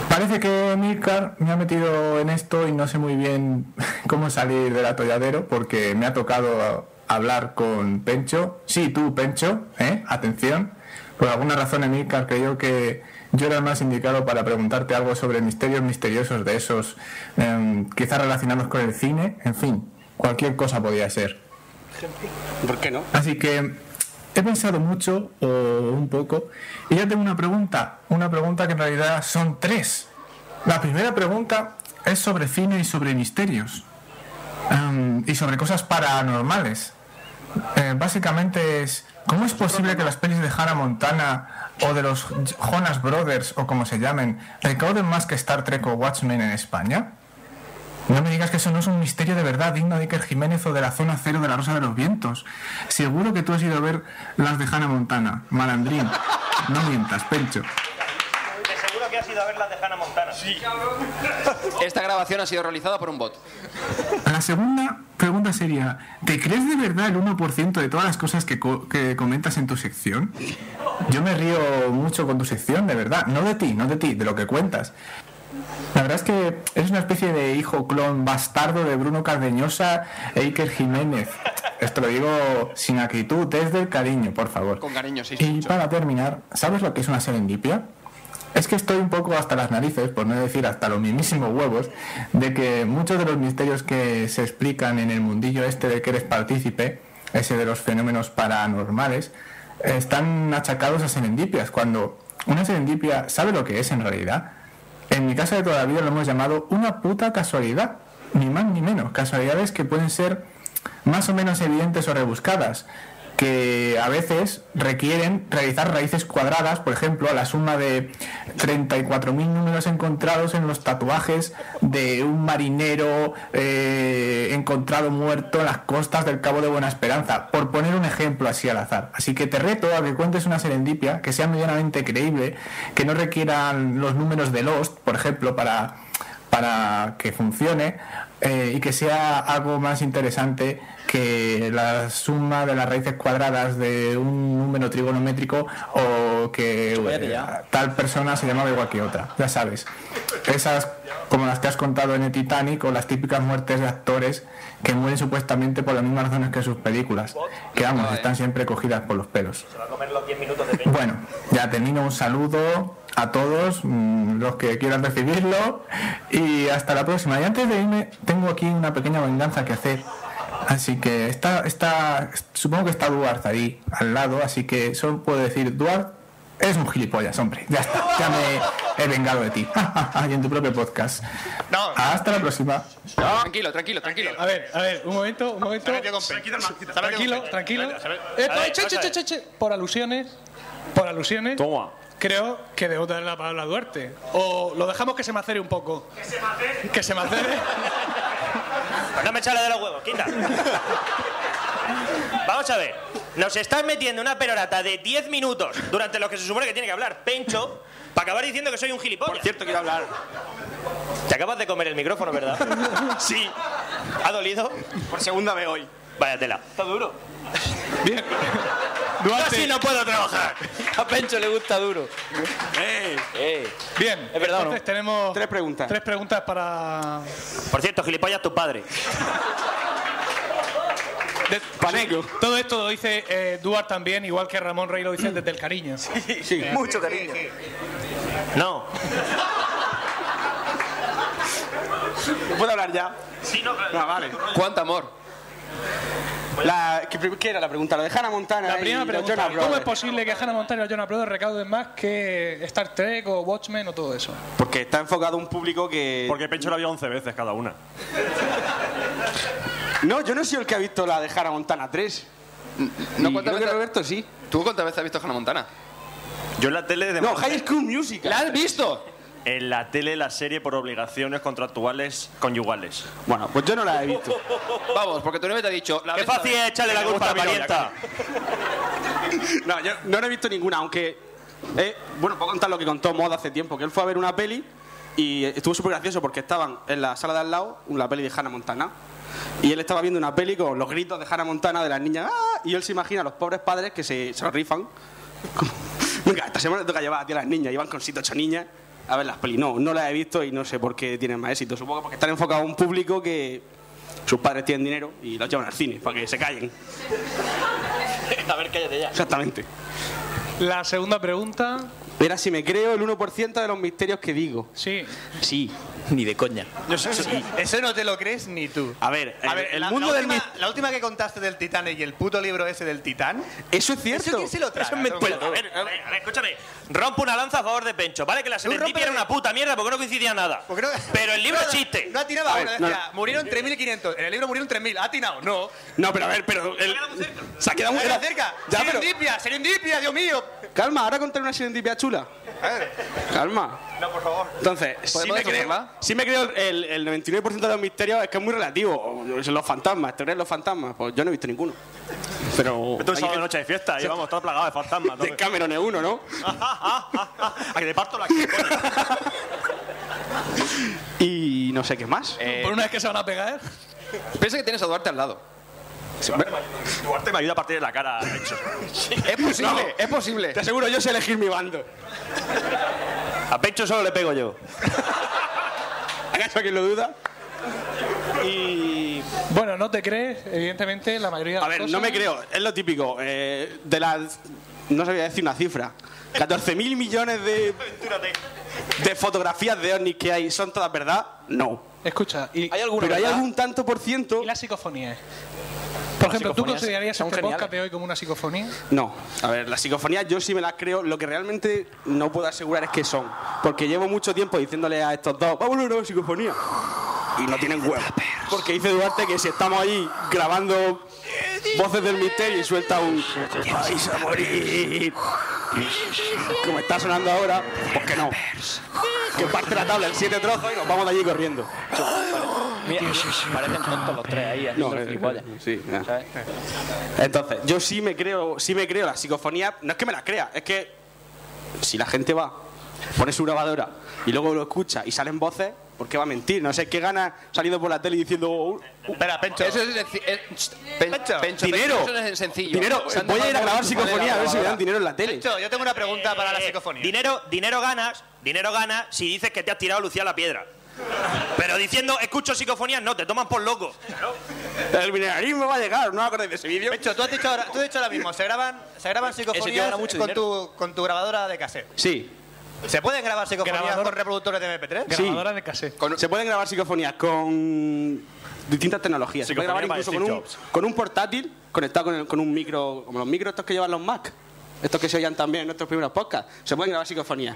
S13: Parece que Milcar me ha metido en esto y no sé muy bien cómo salir del atolladero porque me ha tocado hablar con Pencho. Sí, tú, Pencho, ¿eh? Atención. Por alguna razón, Emilcar creyó que yo era el más indicado para preguntarte algo sobre misterios misteriosos de esos, em, quizás relacionados con el cine, en fin, cualquier cosa podía ser.
S2: ¿Por qué no?
S13: Así que he pensado mucho o un poco y ya tengo una pregunta, una pregunta que en realidad son tres. La primera pregunta es sobre cine y sobre misterios em, y sobre cosas paranormales. Eh, básicamente es ¿cómo es posible que las pelis de Hannah Montana o de los Jonas Brothers o como se llamen recauden más que Star Trek o Watchmen en España? No me digas que eso no es un misterio de verdad digno de Iker Jiménez o de la zona cero de la Rosa de los Vientos. Seguro que tú has ido a ver las de Hannah Montana, Malandrín. No mientas, Pencho.
S7: Seguro que has ido a ver las de Hannah Montana. Sí.
S4: Esta grabación ha sido realizada por un bot.
S13: La segunda pregunta sería, ¿te crees de verdad el 1% de todas las cosas que, co- que comentas en tu sección? Yo me río mucho con tu sección, de verdad. No de ti, no de ti, de lo que cuentas. La verdad es que eres una especie de hijo clon bastardo de Bruno Cardeñosa e Iker Jiménez. Esto lo digo sin acritud, desde el cariño, por favor.
S4: Con cariño, sí.
S13: Y para terminar, ¿sabes lo que es una serendipia? Es que estoy un poco hasta las narices, por no decir hasta los mismísimos huevos, de que muchos de los misterios que se explican en el mundillo este del que eres partícipe, ese de los fenómenos paranormales, están achacados a serendipias, cuando una serendipia sabe lo que es en realidad. En mi casa de toda la vida lo hemos llamado una puta casualidad, ni más ni menos, casualidades que pueden ser más o menos evidentes o rebuscadas, que a veces requieren realizar raíces cuadradas, por ejemplo, a la suma de 34.000 números encontrados en los tatuajes de un marinero eh, encontrado muerto en las costas del Cabo de Buena Esperanza, por poner un ejemplo así al azar. Así que te reto a que cuentes una serendipia que sea medianamente creíble, que no requieran los números de Lost, por ejemplo, para para que funcione eh, y que sea algo más interesante que la suma de las raíces cuadradas de un número trigonométrico o que
S11: Cállate
S13: eh,
S11: ya.
S13: tal persona se llamaba igual que otra, ya sabes. Esas como las que has contado en el Titanic o las típicas muertes de actores que mueren supuestamente por las mismas razones que sus películas, que vamos, están siempre cogidas por los pelos.
S7: Se va a comer los 10 minutos de pecho.
S13: Bueno, ya termino un saludo a todos mm, los que quieran recibirlo y hasta la próxima. Y antes de irme, tengo aquí una pequeña venganza que hacer. Así que está, está, supongo que está Duarte ahí al lado, así que solo puedo decir, Duarte, eres un gilipollas, hombre. Ya está, ya me he vengado de ti. y en tu propio podcast. Hasta la próxima.
S4: Tranquilo, tranquilo, tranquilo.
S1: A ver, a ver, un momento, un momento. Tranquilo, tranquilo. Eh,
S7: A ver,
S1: che,
S7: vamos
S1: che,
S7: a
S1: che, che, che. Por alusiones, por alusiones. Toma. Creo que debo darle la palabra a Duarte. O lo dejamos que se macere un poco. Que se macere. Que se macere.
S7: No me echala de los huevos, quita. Vamos a ver. Nos estás metiendo una perorata de 10 minutos durante los que se supone que tiene que hablar Pencho para acabar diciendo que soy un gilipollas. Por cierto, quiero hablar. Te acabas de comer el micrófono, ¿verdad? Sí. ¿Ha dolido? Por segunda vez hoy. Vaya tela. Está duro. Bien.
S6: Casi no puedo trabajar. A Pencho le gusta duro.
S7: Eh.
S6: Eh.
S1: Bien.
S6: Es verdad, ¿o no?
S1: Entonces tenemos
S2: tres preguntas.
S1: Tres preguntas para
S7: Por cierto, gilipollas tu padre.
S1: Paneco. Todo esto lo dice eh, Duarte también, igual que Ramón Rey lo dice desde el cariño. Eh, Sí,
S2: sí.
S6: Mucho cariño.
S7: No.
S2: ¿Puedo hablar ya?
S7: Sí, no,
S2: Ah, vale.
S4: ¿Cuánto amor?
S2: La, ¿qué, pre- qué era la pregunta? La de Hannah Montana.
S1: La
S2: y
S1: primera
S2: los
S1: pregunta,
S2: Jonas
S1: ¿cómo es
S2: Brothers.
S1: posible que Hannah Montana y los Jonas Brothers recauden más que Star Trek o Watchmen o todo eso?
S2: Porque está enfocado a un público que.
S3: Porque Pencho la vio 11 veces cada una.
S2: No, yo no soy el que ha visto la de Hannah Montana 3.
S4: No,
S2: Y
S4: ¿cuántas
S2: creo que
S4: veces-
S2: Roberto sí.
S4: ¿Tú cuántas veces has visto Hannah Montana?
S3: Yo en la tele de
S2: No, High School Music.
S4: ¿La has visto?
S3: en la tele la serie por obligaciones contractuales conyugales?
S2: Bueno, pues yo no la he visto.
S4: Vamos, porque tu novia te ha dicho.
S3: Qué fácil es echarle la culpa a la parienta.
S2: No, yo no la he visto ninguna, aunque. eh, bueno, puedo contar lo que contó Moda hace tiempo, que él fue a ver una peli y eh, estuvo súper gracioso porque estaban en la sala de al lado, la peli de Hannah Montana. Y él estaba viendo una peli con los gritos de Hannah Montana de las niñas. ¡ah! Y él se imagina a los pobres padres que se, se lo rifan. Como, Venga, esta semana te toca llevar a ti a las niñas. Iban con 7 ocho niñas a ver las pelis. No, no las he visto y no sé por qué tienen más éxito. Supongo que porque están enfocados a un público que sus padres tienen dinero y los llevan al cine para que se callen.
S6: a ver, cállate ya.
S2: Exactamente.
S1: La segunda pregunta.
S2: Era si me creo el 1% de los misterios que digo.
S1: Sí.
S2: Sí.
S6: Ni de coña.
S5: Eso no te lo crees ni tú.
S2: A ver,
S5: A ver,
S2: el
S5: la,
S2: mundo
S5: la
S2: del
S5: última, la última que contaste del Titanic y el puto libro ese del Titán.
S2: Eso es cierto.
S5: ¿Eso quién se lo trae?
S7: Eso es mentira. A ver, a ver, a ver, escúchame. Rompo una lanza a favor de Pencho, ¿vale? Que la serendipia era una puta mierda porque no coincidía nada. Pero el libro es chiste.
S5: No atinaba
S2: A ver,
S5: una,
S2: no,
S5: decía,
S2: no.
S5: murieron 3.500. En el libro murieron 3.000. ¿Ha atinado? No.
S2: No, pero a ver, pero. el- Se ha quedado muy
S5: Era cerca.
S2: Ya, pero-
S5: serendipia, serendipia, Dios mío.
S2: Calma, ahora contaré una serendipia chula. Calma.
S5: No, por favor.
S2: Entonces, si
S4: ¿Podemos
S2: me, creo,
S4: deshacerla?
S2: sí me creo el, el 99% de los misterios, es que es muy relativo. O Los fantasmas, teorías de los fantasmas, pues yo no he visto ninguno. Pero.
S3: Esto es
S2: hay-
S3: sábado de noche de fiesta y vamos, todo plagado de fantasmas. todo.
S2: de Cameron es uno, ¿no?
S3: A que te parto la coño.
S2: Y no sé qué más.
S3: Eh,
S1: Por una vez que se van a pegar.
S4: Piensa que tienes a Duarte al lado.
S3: Duarte me ayuda a partir de la cara, Pencho.
S4: Es posible, es posible.
S2: Te aseguro, yo sé elegir mi bando.
S3: A Pencho solo le pego yo.
S2: ¿Acaso alguien lo duda? Y.
S1: Bueno, no te crees, evidentemente, la mayoría de
S2: A
S1: las
S2: ver,
S1: cosas.
S2: no me creo, es lo típico. eh, de las. No sabía decir una cifra. 14.000 millones de. de fotografías de ovnis que hay, ¿son todas verdad? No.
S1: Escucha, y,
S6: ¿Hay alguna
S2: Pero hay
S6: verdad?
S2: algún tanto por ciento.
S1: y las psicofonías. Por ejemplo, ¿tú
S6: psicofonías
S1: considerarías
S6: son
S1: este
S6: geniales.
S1: podcast de hoy como una psicofonía?
S2: No. A ver, las psicofonías yo sí me las creo. Lo que realmente no puedo asegurar es que son. Porque llevo mucho tiempo diciéndole a estos dos, vamos a una psicofonía. Y no tienen huevo. Porque dice Duarte que si estamos ahí grabando voces del misterio y suelta un. ¡Vais a morir! Como está sonando ahora, pues que no. Que parte la tabla en siete trozos y nos vamos de allí corriendo.
S6: Mira, parecen tontos los tres ahí haciendo
S2: No, eh,
S6: gilipollas.
S2: sí, eh.
S6: ¿Sabes?
S2: Entonces, yo sí me creo, sí me creo la psicofonía. No es que me la crea, es que si la gente va, pone su grabadora y luego lo escucha y salen voces, ¿por qué va a mentir? No sé qué gana saliendo por la tele diciendo "Uh, uh,
S5: Espera, Pencho.
S4: Eso es senci- eh, ch- pen-
S5: Pencho,
S4: Pencho,
S2: dinero.
S4: Pencho, eso es sencillo.
S2: dinero.
S4: Se han
S2: Voy a ir a
S4: dejado
S2: grabar
S4: mucho poder
S2: psicofonía a ver si me
S4: grabadora.
S2: dan dinero en la tele.
S5: Pencho, yo tengo una pregunta para la
S7: Eh,
S5: psicofonía.
S7: Dinero, dinero ganas, dinero ganas si dices que te has tirado a Lucía la piedra. Pero diciendo, escucho psicofonías, no, te toman por loco.
S2: El mineralismo va a llegar, no acordáis de ese vídeo.
S5: Pencho, tú has dicho ahora, tú has dicho ahora mismo, se graban, se graban
S6: tío
S5: psicofonías
S6: gana mucho
S5: con,
S6: dinero.
S5: tu, con tu grabadora de cassette.
S2: Sí.
S5: ¿Se pueden grabar psicofonías
S1: Grabador.
S5: con reproductores de MP3?
S2: Sí.
S1: Grabadora de cassette.
S2: Se pueden grabar psicofonías con distintas tecnologías. Se puede
S3: Psicofonía
S2: grabar
S3: para
S2: incluso con
S3: Steve
S2: un,
S3: Jobs.
S2: con un portátil conectado con, el- con un micro, como los micros estos que llevan los Mac. Estos que se oían también en nuestros primeros podcasts. Se pueden grabar psicofonías.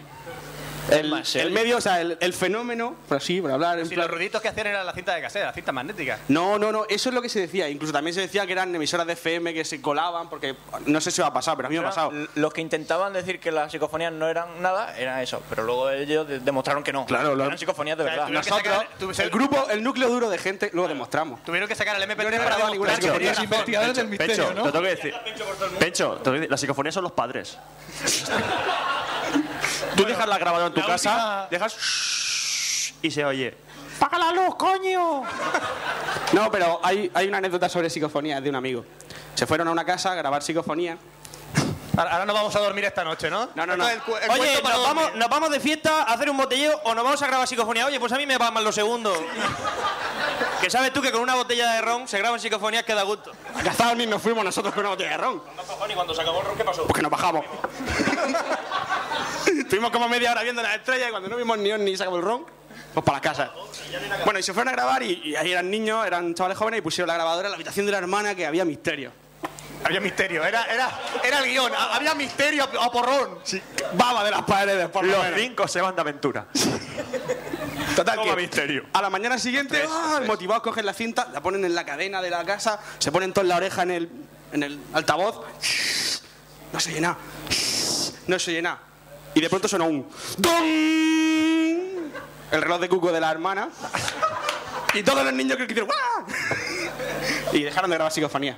S2: El,
S6: más serio.
S2: el medio, o sea, el, el fenómeno, por así, por hablar. en
S5: Si
S2: plan-
S5: los ruiditos que hacían eran la cinta de cassette, la cinta magnética.
S2: no, no, no, eso es lo que se decía. Incluso también se decía que eran emisoras de FM que se colaban, porque no sé si va a pasar, pero a mí me ha pasado.
S6: Eran Los que intentaban decir que las psicofonías no eran nada, eran eso. Pero luego ellos de- demostraron que no.
S2: Claro, lo-
S6: eran psicofonías de verdad.
S5: tuvieron que
S2: Nosotros,
S5: sacar- tú-
S2: el grupo, el núcleo duro de gente, lo demostramos.
S5: Tuvieron que sacar el MP3
S2: he
S5: para
S2: grabado ninguna
S5: demostrar que
S2: psicofonía.
S5: tenías razón.
S1: Investigadores del misterio,
S3: Pencho,
S1: ¿no?
S3: te tengo que decir. Pencho, te tengo que decir, las psicofonías son los padres. Tú dejas la grabadora en tu
S1: la
S3: casa,
S1: última-
S3: dejas shhh, y se oye.
S2: No, pero hay, hay una anécdota sobre psicofonías de un amigo. Se fueron a una casa a grabar psicofonía.
S5: Ahora ahora no vamos a dormir esta noche, ¿no?
S2: No, no,
S5: Esto
S2: no.
S5: es el cu- el
S7: Oye,
S5: cuento para
S7: ¿nos
S5: dormir.
S7: vamos, ¿nos vamos de fiesta a hacer un botelleo o nos vamos a grabar psicofonía? Oye, pues a mí me va mal lo segundo. que sabes tú que con una botella de ron se graban psicofonías que da gusto.
S2: A cazar ni nos fuimos nosotros con una botella de ron.
S7: Y cuando se acabó el ron, ¿qué pasó?
S2: Porque nos bajamos. Estuvimos como media hora viendo las estrellas y cuando no vimos ni on ni sacamos el ron, pues para la casa. Bueno, y se fueron a grabar y, y ahí eran niños, eran chavales jóvenes y pusieron la grabadora en la habitación de la hermana que había misterio.
S5: Había misterio, era, era, era el guión. ha- Había misterio a a porrón.
S2: Baba de las paredes, por lo
S3: Los
S2: menos.
S3: cinco se van de aventura.
S2: Total
S3: Toma
S2: que
S3: misterio.
S2: A la mañana siguiente, ¡ah! motivados, cogen la cinta, la ponen en la cadena de la casa, se ponen toda la oreja en el, en el altavoz. No se llena. No se llena. Y de pronto suena un... ¡Dong! el reloj de cuco de la hermana. Y todos los niños que hicieron ¡guau! Y dejaron de grabar psicofonía.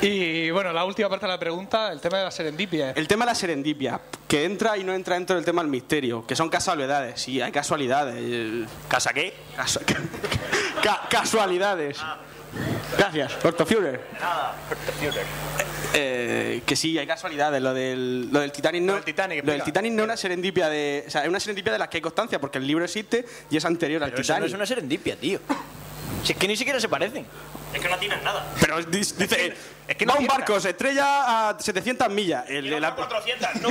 S1: Y bueno, la última parte de la pregunta, el tema de la serendipia.
S2: El tema de la serendipia, que entra y no entra dentro del tema del misterio, que son casualidades. Sí, hay casualidades.
S7: ¿Casa qué?
S2: casualidades. Gracias, Dr. Führer.
S7: Nada, Computer.
S2: Eh, que sí, hay casualidades. Lo del, lo del Titanic no. Lo del Titanic,
S7: explica.
S2: no es una serendipia de. O sea, es una serendipia de las que hay constancia, porque el libro existe y es anterior al
S6: Pero eso
S2: Titanic.
S6: no es una serendipia, tío. Si es que ni siquiera se parecen.
S7: Es que no tienen nada.
S2: Pero dis- dice.
S7: que no
S2: va un
S7: tiene
S2: barco, se estrella a 700 millas. El, de la-
S7: 400, no.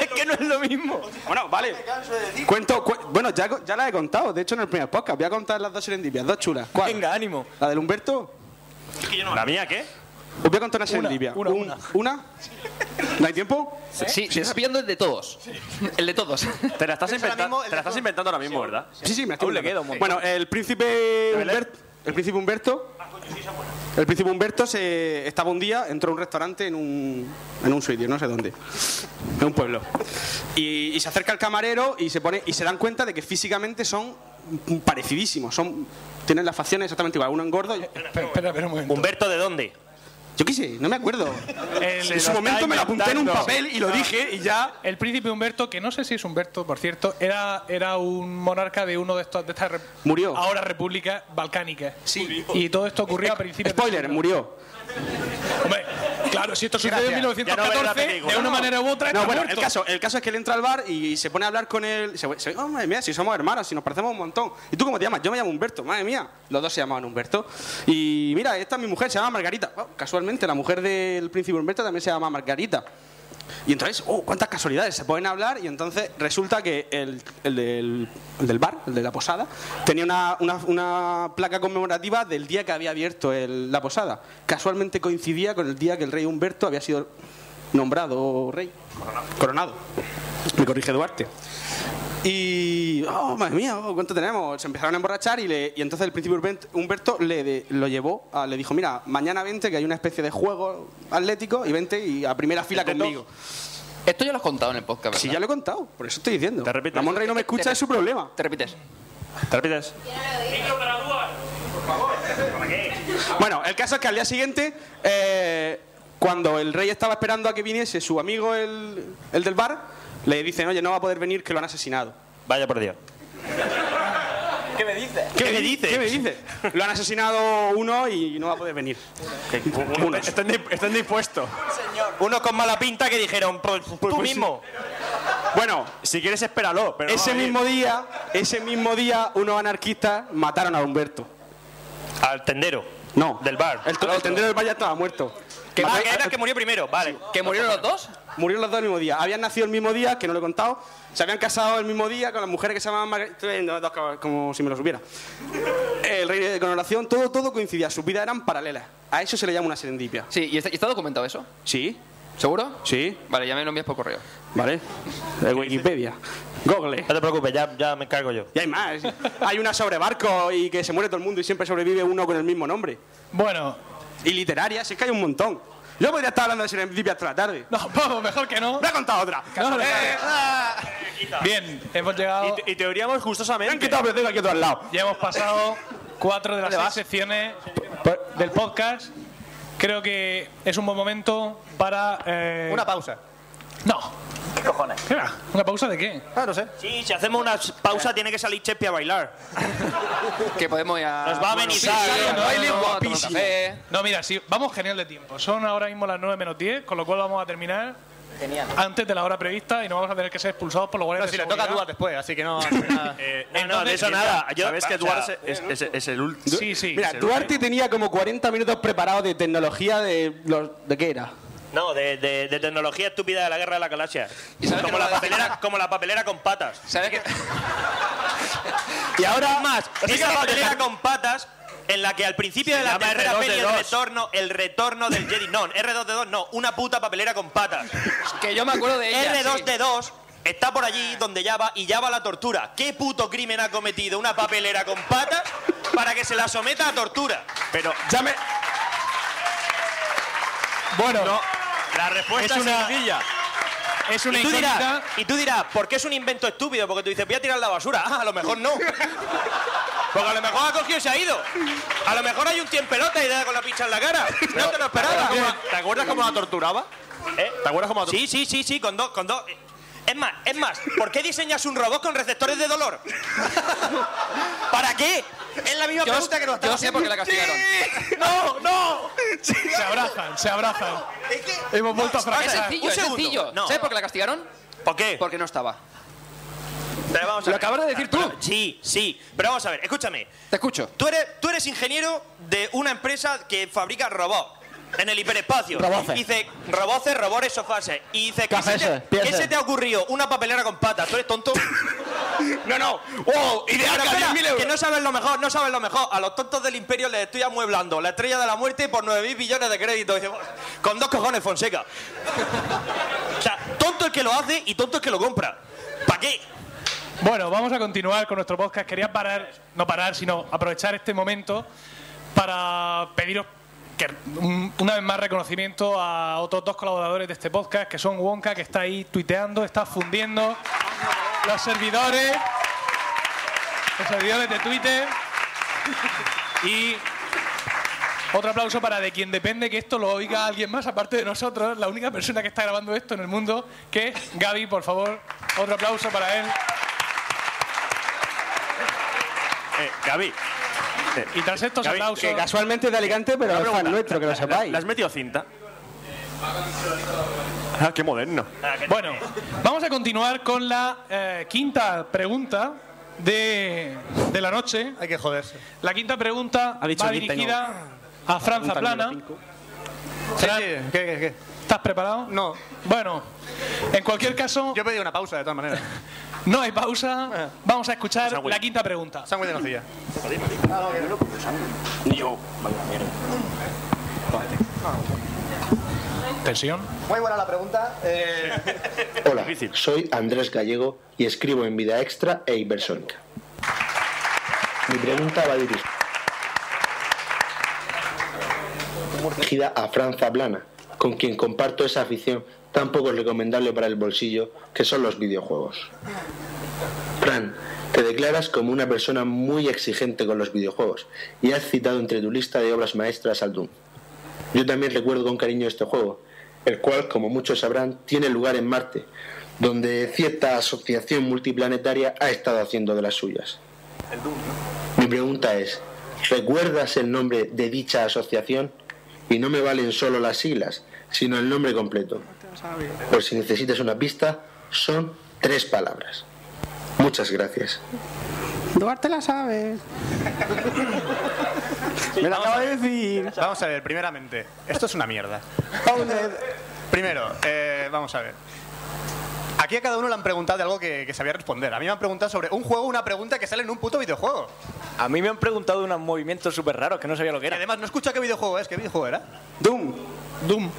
S2: es que no es lo mismo. Bueno, vale. Cuento, cu- bueno, ya, co- ya la he contado, de hecho, en el primer podcast. Voy a contar las dos serendipias, dos chulas. ¿Cuál? Venga,
S6: ánimo.
S2: ¿La del Humberto?
S7: ¿La mía qué?
S2: Os voy a contar una serendipia.
S7: una,
S2: Un- ¿Una? ¿No hay tiempo?
S4: Sí, te estás pillando el de todos. El de todos.
S7: Te la estás,
S2: inventa- mismo, el te la de estás todos.
S7: inventando ahora mismo, ¿verdad?
S2: Sí, sí, me la estoy
S7: Aún le
S2: inventando.
S7: queda un montón.
S4: eh,
S2: Bueno, el príncipe Humberto. El príncipe Humberto. El príncipe Humberto se estaba un día, entró a un restaurante en un, en un suidio, no sé dónde, en un pueblo. Y, y se acerca al camarero y se pone y se dan cuenta de que físicamente son parecidísimos, son tienen las facciones exactamente igual, uno engordo y...
S1: Espera, espera, espera un momento.
S7: ¿Humberto de dónde?
S2: Yo qué sé, no me acuerdo.
S1: El-
S2: en su momento me lo apunté en un papel y lo
S1: Ah.
S2: dije y ya...
S1: El príncipe Humberto, que no sé si es Humberto, por cierto, era, era un monarca de uno de estos de estas rep-
S2: Murió.
S1: ahora república balcánica.
S2: Sí.
S1: Y todo esto ocurrió a principios
S2: Spoiler, murió.
S1: Claro, si esto sucedió en
S2: Gracias. Ya no veré la
S1: 1914,
S2: película.
S1: de una
S2: No.
S1: manera u otra,
S2: No,
S1: está
S2: bueno, el
S1: muerto.
S2: caso, el caso es que él entra al bar y se pone a hablar con él. Se, se- oh, madre mía, si somos hermanos, si nos parecemos un montón. ¿Y tú cómo te llamas? Yo me llamo Humberto, madre mía. Los dos se llamaban Humberto. Y mira, esta es mi mujer, se llama Margarita. Oh, casualmente, la mujer del príncipe Humberto también se llama Margarita. Y entonces, oh, cuántas casualidades, se pueden hablar y entonces resulta que el, el del, el del bar, el de la posada, tenía una, una- una placa conmemorativa del día que había abierto el- la posada. Casualmente coincidía con el día que el rey Humberto había sido nombrado rey. Coronado. Me corrige Duarte. Y, oh, madre mía, oh, ¿cuánto tenemos? Se empezaron a emborrachar y, le- y entonces el príncipe Humbert- Humberto le de- lo llevó, a- le dijo, mira, mañana vente que hay una especie de juego atlético y vente y a primera fila
S4: Vente tú.
S2: conmigo.
S4: Esto ya lo has contado en el podcast, ¿verdad?
S2: Sí, ya lo he contado, por eso estoy diciendo.
S4: Te repites.
S2: Ramón Rey no me escucha, es su problema.
S4: Te repites.
S7: ¿Te repites?
S2: Bueno, el caso es que al día siguiente, eh, cuando el rey estaba esperando a que viniese su amigo, el, el del bar, le dicen, oye, no va a poder venir, que lo han asesinado.
S7: Vaya por Dios.
S6: ¿Qué me dices?
S2: ¿Qué, me dices? ¿Qué me dices? Lo han asesinado uno y no va a poder venir.
S7: Están, dispuestos. Unos con mala pinta que dijeron, "Pues, tú mismo.
S2: Bueno,
S7: si quieres espéralo. Pero no
S2: ese
S7: va a venir.
S2: mismo día, ese mismo día, unos anarquistas mataron a Humberto.
S7: Al tendero.
S2: No.
S7: Del bar.
S2: El, el tendero del bar ya estaba muerto.
S7: Que,
S2: Mató-
S7: ah, que era el que murió primero, vale.
S4: ¿Que murieron los dos?
S2: Murieron los dos el mismo día. Habían nacido el mismo día, que no lo he contado. Se habían casado el mismo día con las mujeres que se llamaban Margarita. Estoy viendo dos cabros como si me lo supiera. El rey de coronación, todo, todo coincidía. Sus vidas eran paralelas. A eso se le llama una serendipia.
S4: Sí, ¿y está, y está documentado eso?
S2: Sí,
S4: ¿Seguro?
S2: sí,
S4: Vale, ya me lo envías por correo.
S2: vale. De Wikipedia. Google.
S7: No te preocupes, ya, ya me encargo yo.
S2: Y hay más. Hay una sobre barco y que se muere todo el mundo y siempre sobrevive uno con el mismo nombre.
S1: Bueno,
S2: Y literarias, es que hay un montón. Yo podría estar hablando de serendipia hasta la tarde.
S1: no, vamos, mejor que no.
S2: Me ha contado otra.
S1: No, no, no.
S2: Eh, ah,
S1: Bien, hemos llegado,
S7: Y, te oríamos
S2: me han
S7: gustosamente.
S2: quitado el aquí a todo al lado.
S1: ya hemos pasado cuatro de las seis secciones del podcast. Creo que es un buen momento para... eh,
S5: Una pausa.
S1: No.
S6: ¿Qué cojones?
S1: ¿Qué va? ¿Una pausa de qué?
S5: Ah, no sé.
S7: Sí, si hacemos una pausa tiene que salir Chepi a bailar.
S4: Que podemos ir a...
S7: Nos va a
S4: Bueno,
S7: amenizar,
S4: sí, sí,
S7: ¿eh?
S4: a tomar
S7: Baile
S4: uno, a tomar un
S7: guapísimo.
S4: café.
S1: No, mira, sí, vamos genial de tiempo. Son ahora mismo las 9 menos 10, con lo cual vamos a terminar
S6: Genial.
S1: antes de la hora prevista y no vamos a tener que ser expulsados por los
S5: No,
S1: guardias
S5: si
S1: de
S5: le toca a
S1: seguridad.
S5: Duarte después, así que no. nada.
S7: no, no, de
S1: entonces-
S7: eso nada. Yo,
S3: Sabes que
S7: o sea,
S3: Eduardo es, es- es- es el último.
S1: Sí, sí.
S2: Mira, Duarte tenía como 40 minutos preparados de tecnología de los de qué era.
S7: No, de, de- de tecnología estúpida de la guerra de la galaxia.
S4: ¿Y sabes
S7: Como
S4: que
S7: la,
S4: no va a decir
S7: papelera, como la papelera con patas.
S4: ¿Sabes qué?
S2: Y ahora
S7: más, esa papelera con patas en la que al principio de la
S3: llama
S7: tercera
S3: R2D2.
S7: peli el retorno, el retorno del Jedi. No, R2D2 no, una puta papelera con patas.
S4: Que yo me acuerdo de ella. sí.
S7: R2D2 está por allí donde ya va y ya va la tortura. ¿Qué puto crimen ha cometido una papelera con patas para que se la someta a tortura? Pero
S2: ya me
S1: Bueno,
S7: la respuesta es,
S1: Es una-
S7: sencilla.
S1: es una
S7: y tú,
S1: incógnita.
S7: dirás, y tú dirás, ¿por qué es un invento estúpido? Porque tú dices, voy a tirar la basura. Ah, a lo mejor no. Porque a lo mejor ha cogido y se ha ido. A lo mejor hay un tío en pelota y le da con la pincha en la cara. No te lo esperaba. ¿Te acuerdas cómo la torturaba?
S3: Eh,
S7: ¿Te acuerdas cómo la torturaba? Sí, sí, sí, sí, con dos, con dos. Es más, es más, ¿por qué diseñas un robot con receptores de dolor? ¿Para qué? Es la misma
S1: pregunta que nos están haciendo.
S7: ¡Sí! ¡No, no!
S1: Se abrazan, se abrazan. Hemos vuelto a
S4: Es
S1: fracasar.
S4: sencillo, es sencillo. ¿Sabes por qué la castigaron?
S7: ¿Por qué?
S4: Porque no estaba.
S7: Pero vamos a
S4: Lo
S7: ver.
S4: acabas de decir tú.
S7: Sí, sí. Pero vamos a ver, escúchame.
S4: Te escucho.
S7: Tú eres, tú eres ingeniero de una empresa que fabrica robots en el hiperespacio.
S14: Roboces.
S7: Dice, roboces, robores, sofases. Y dice, ¿qué se,
S14: Cafeses,
S7: te,
S14: piezas.
S7: qué se te ha ocurrido? Una papelera con patas. ¿Tú eres tonto? no, no.
S14: Wow, ideaca,
S7: Pero espera,
S14: 10.000 euros.
S7: Que no sabes lo mejor, no sabes lo mejor. A los tontos del imperio les estoy amueblando. La estrella de la muerte por 9.000 billones de crédito. Dice, Con dos cojones, Fonseca. o sea, tonto el que lo hace y tonto el que lo compra. ¿Para qué?
S1: Bueno, vamos a continuar con nuestro podcast. Quería parar, no parar, sino aprovechar este momento para pediros que, un- una vez más reconocimiento a otros dos colaboradores de este podcast, que son Wonka, que está ahí tuiteando, está fundiendo los servidores, los servidores de Twitter. Y otro aplauso para de quien depende que esto lo oiga alguien más, aparte de nosotros, la única persona que está grabando esto en el mundo, que es Gaby, por favor. Otro aplauso para él.
S7: Eh, Gaby. Eh,
S1: Y tras estos
S7: Gaby,
S1: aplausos.
S7: que casual-
S2: Casualmente es de Alicante, pero
S7: Una
S2: es fan
S7: pregunta.
S2: nuestro, que lo sepáis.
S7: ¿Le has metido cinta? Ah, qué moderno.
S1: Bueno, vamos a continuar con la eh, quinta pregunta de, de la noche. Hay que joderse. La quinta pregunta
S5: Ha dicho
S1: va
S5: quinta y no-
S1: dirigida a Franza
S5: Pregunta número
S1: Plana. Fran, ¿Estás preparado? No. Bueno, en cualquier caso. Yo pedí una pausa, de todas maneras. no hay pausa. Vamos a escuchar la quinta pregunta.
S5: de nocilla.
S14: Yo, vaya
S1: Tensión.
S15: Muy buena la pregunta. Eh,
S10: Hola, soy Andrés Gallego y escribo en Vida Extra e Ibersónica. Mi pregunta va dirigida a Franza Plana, con quien comparto esa afición tan poco recomendable para el bolsillo que son los videojuegos. Fran, te declaras como una persona muy exigente con los videojuegos y has citado entre tu lista de obras maestras al Doom. Yo también recuerdo con cariño este juego, el cual, como muchos sabrán, tiene lugar en Marte, donde cierta asociación multiplanetaria ha estado haciendo de las suyas. Mi pregunta es, ¿recuerdas el nombre de dicha asociación? Y no me valen solo las siglas, sino el nombre completo. Por si necesitas una pista, son tres palabras. Muchas gracias.
S15: Duarte la sabe.
S5: Me lo acabo de decir. Vamos a ver, primeramente, esto es una mierda. Primero, eh, vamos a ver. Aquí a cada uno le han preguntado de algo que, que sabía responder. A mí me han preguntado sobre un juego, una pregunta que sale en un puto videojuego.
S16: A mí me han preguntado unos movimientos súper raros que no sabía lo que era.
S5: Además, no escucha qué videojuego es, qué videojuego era.
S2: Doom.
S1: Doom.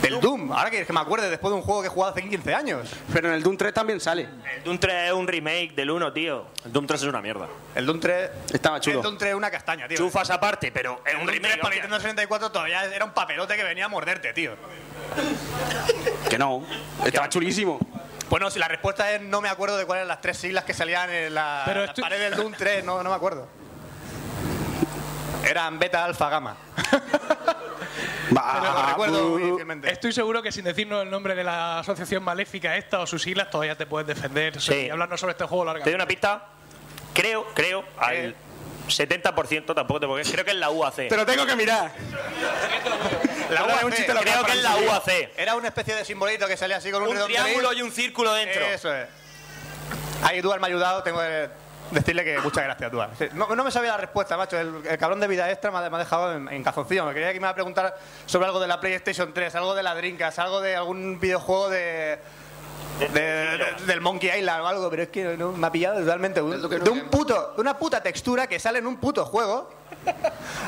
S5: Del Doom, ahora que que me acuerde después de un juego que he jugado hace 15 años.
S2: Pero en el Doom 3 también sale.
S7: El Doom 3 es un remake del 1, tío. El Doom 3 es una mierda.
S5: El Doom 3
S2: estaba
S5: El Doom 3 es una castaña, tío.
S7: Chufas aparte, pero es un
S5: El Doom 3
S7: remake.
S5: para Nintendo 64 todavía era un papelote que venía a morderte, tío.
S2: Que no. Estaba chulísimo.
S5: Bueno, si la respuesta es no me acuerdo de cuáles eran las tres siglas que salían en la,
S1: Pero
S5: las
S1: estoy-
S5: paredes del Doom 3, no, no me acuerdo. Eran beta, alfa, gamma.
S1: Ah,
S5: Pero lo recuerdo muy fielmente.
S1: Estoy seguro que sin decirnos el nombre de la asociación maléfica esta o sus siglas, todavía te puedes defender y hablarnos sobre este juego larga.
S7: Te doy una pista. Creo, creo, al 70%, tampoco te porque creo que es la UAC.
S2: Te lo tengo que mirar.
S5: La
S7: Ahora es un
S5: UAC,
S7: chiste local Creo que es la
S5: para-
S7: UAC.
S5: Era una especie de simbolito que salía así con un,
S7: Un
S5: redondelín.
S7: triángulo y un círculo dentro.
S5: Eso es. Ahí Dual me ha ayudado, tengo que decirle que muchas gracias, Dual. Sí, No, no me sabía la respuesta, macho. El, el cabrón de vida extra me ha, me ha dejado en, en cazoncillo. Me creía que me iba a preguntar sobre algo de la PlayStation 3, algo de la Dreamcast, algo de algún videojuego de... de- de- del Monkey Island o algo, pero es que no, me ha pillado totalmente de un, de un puto, de una puta textura que sale en un puto juego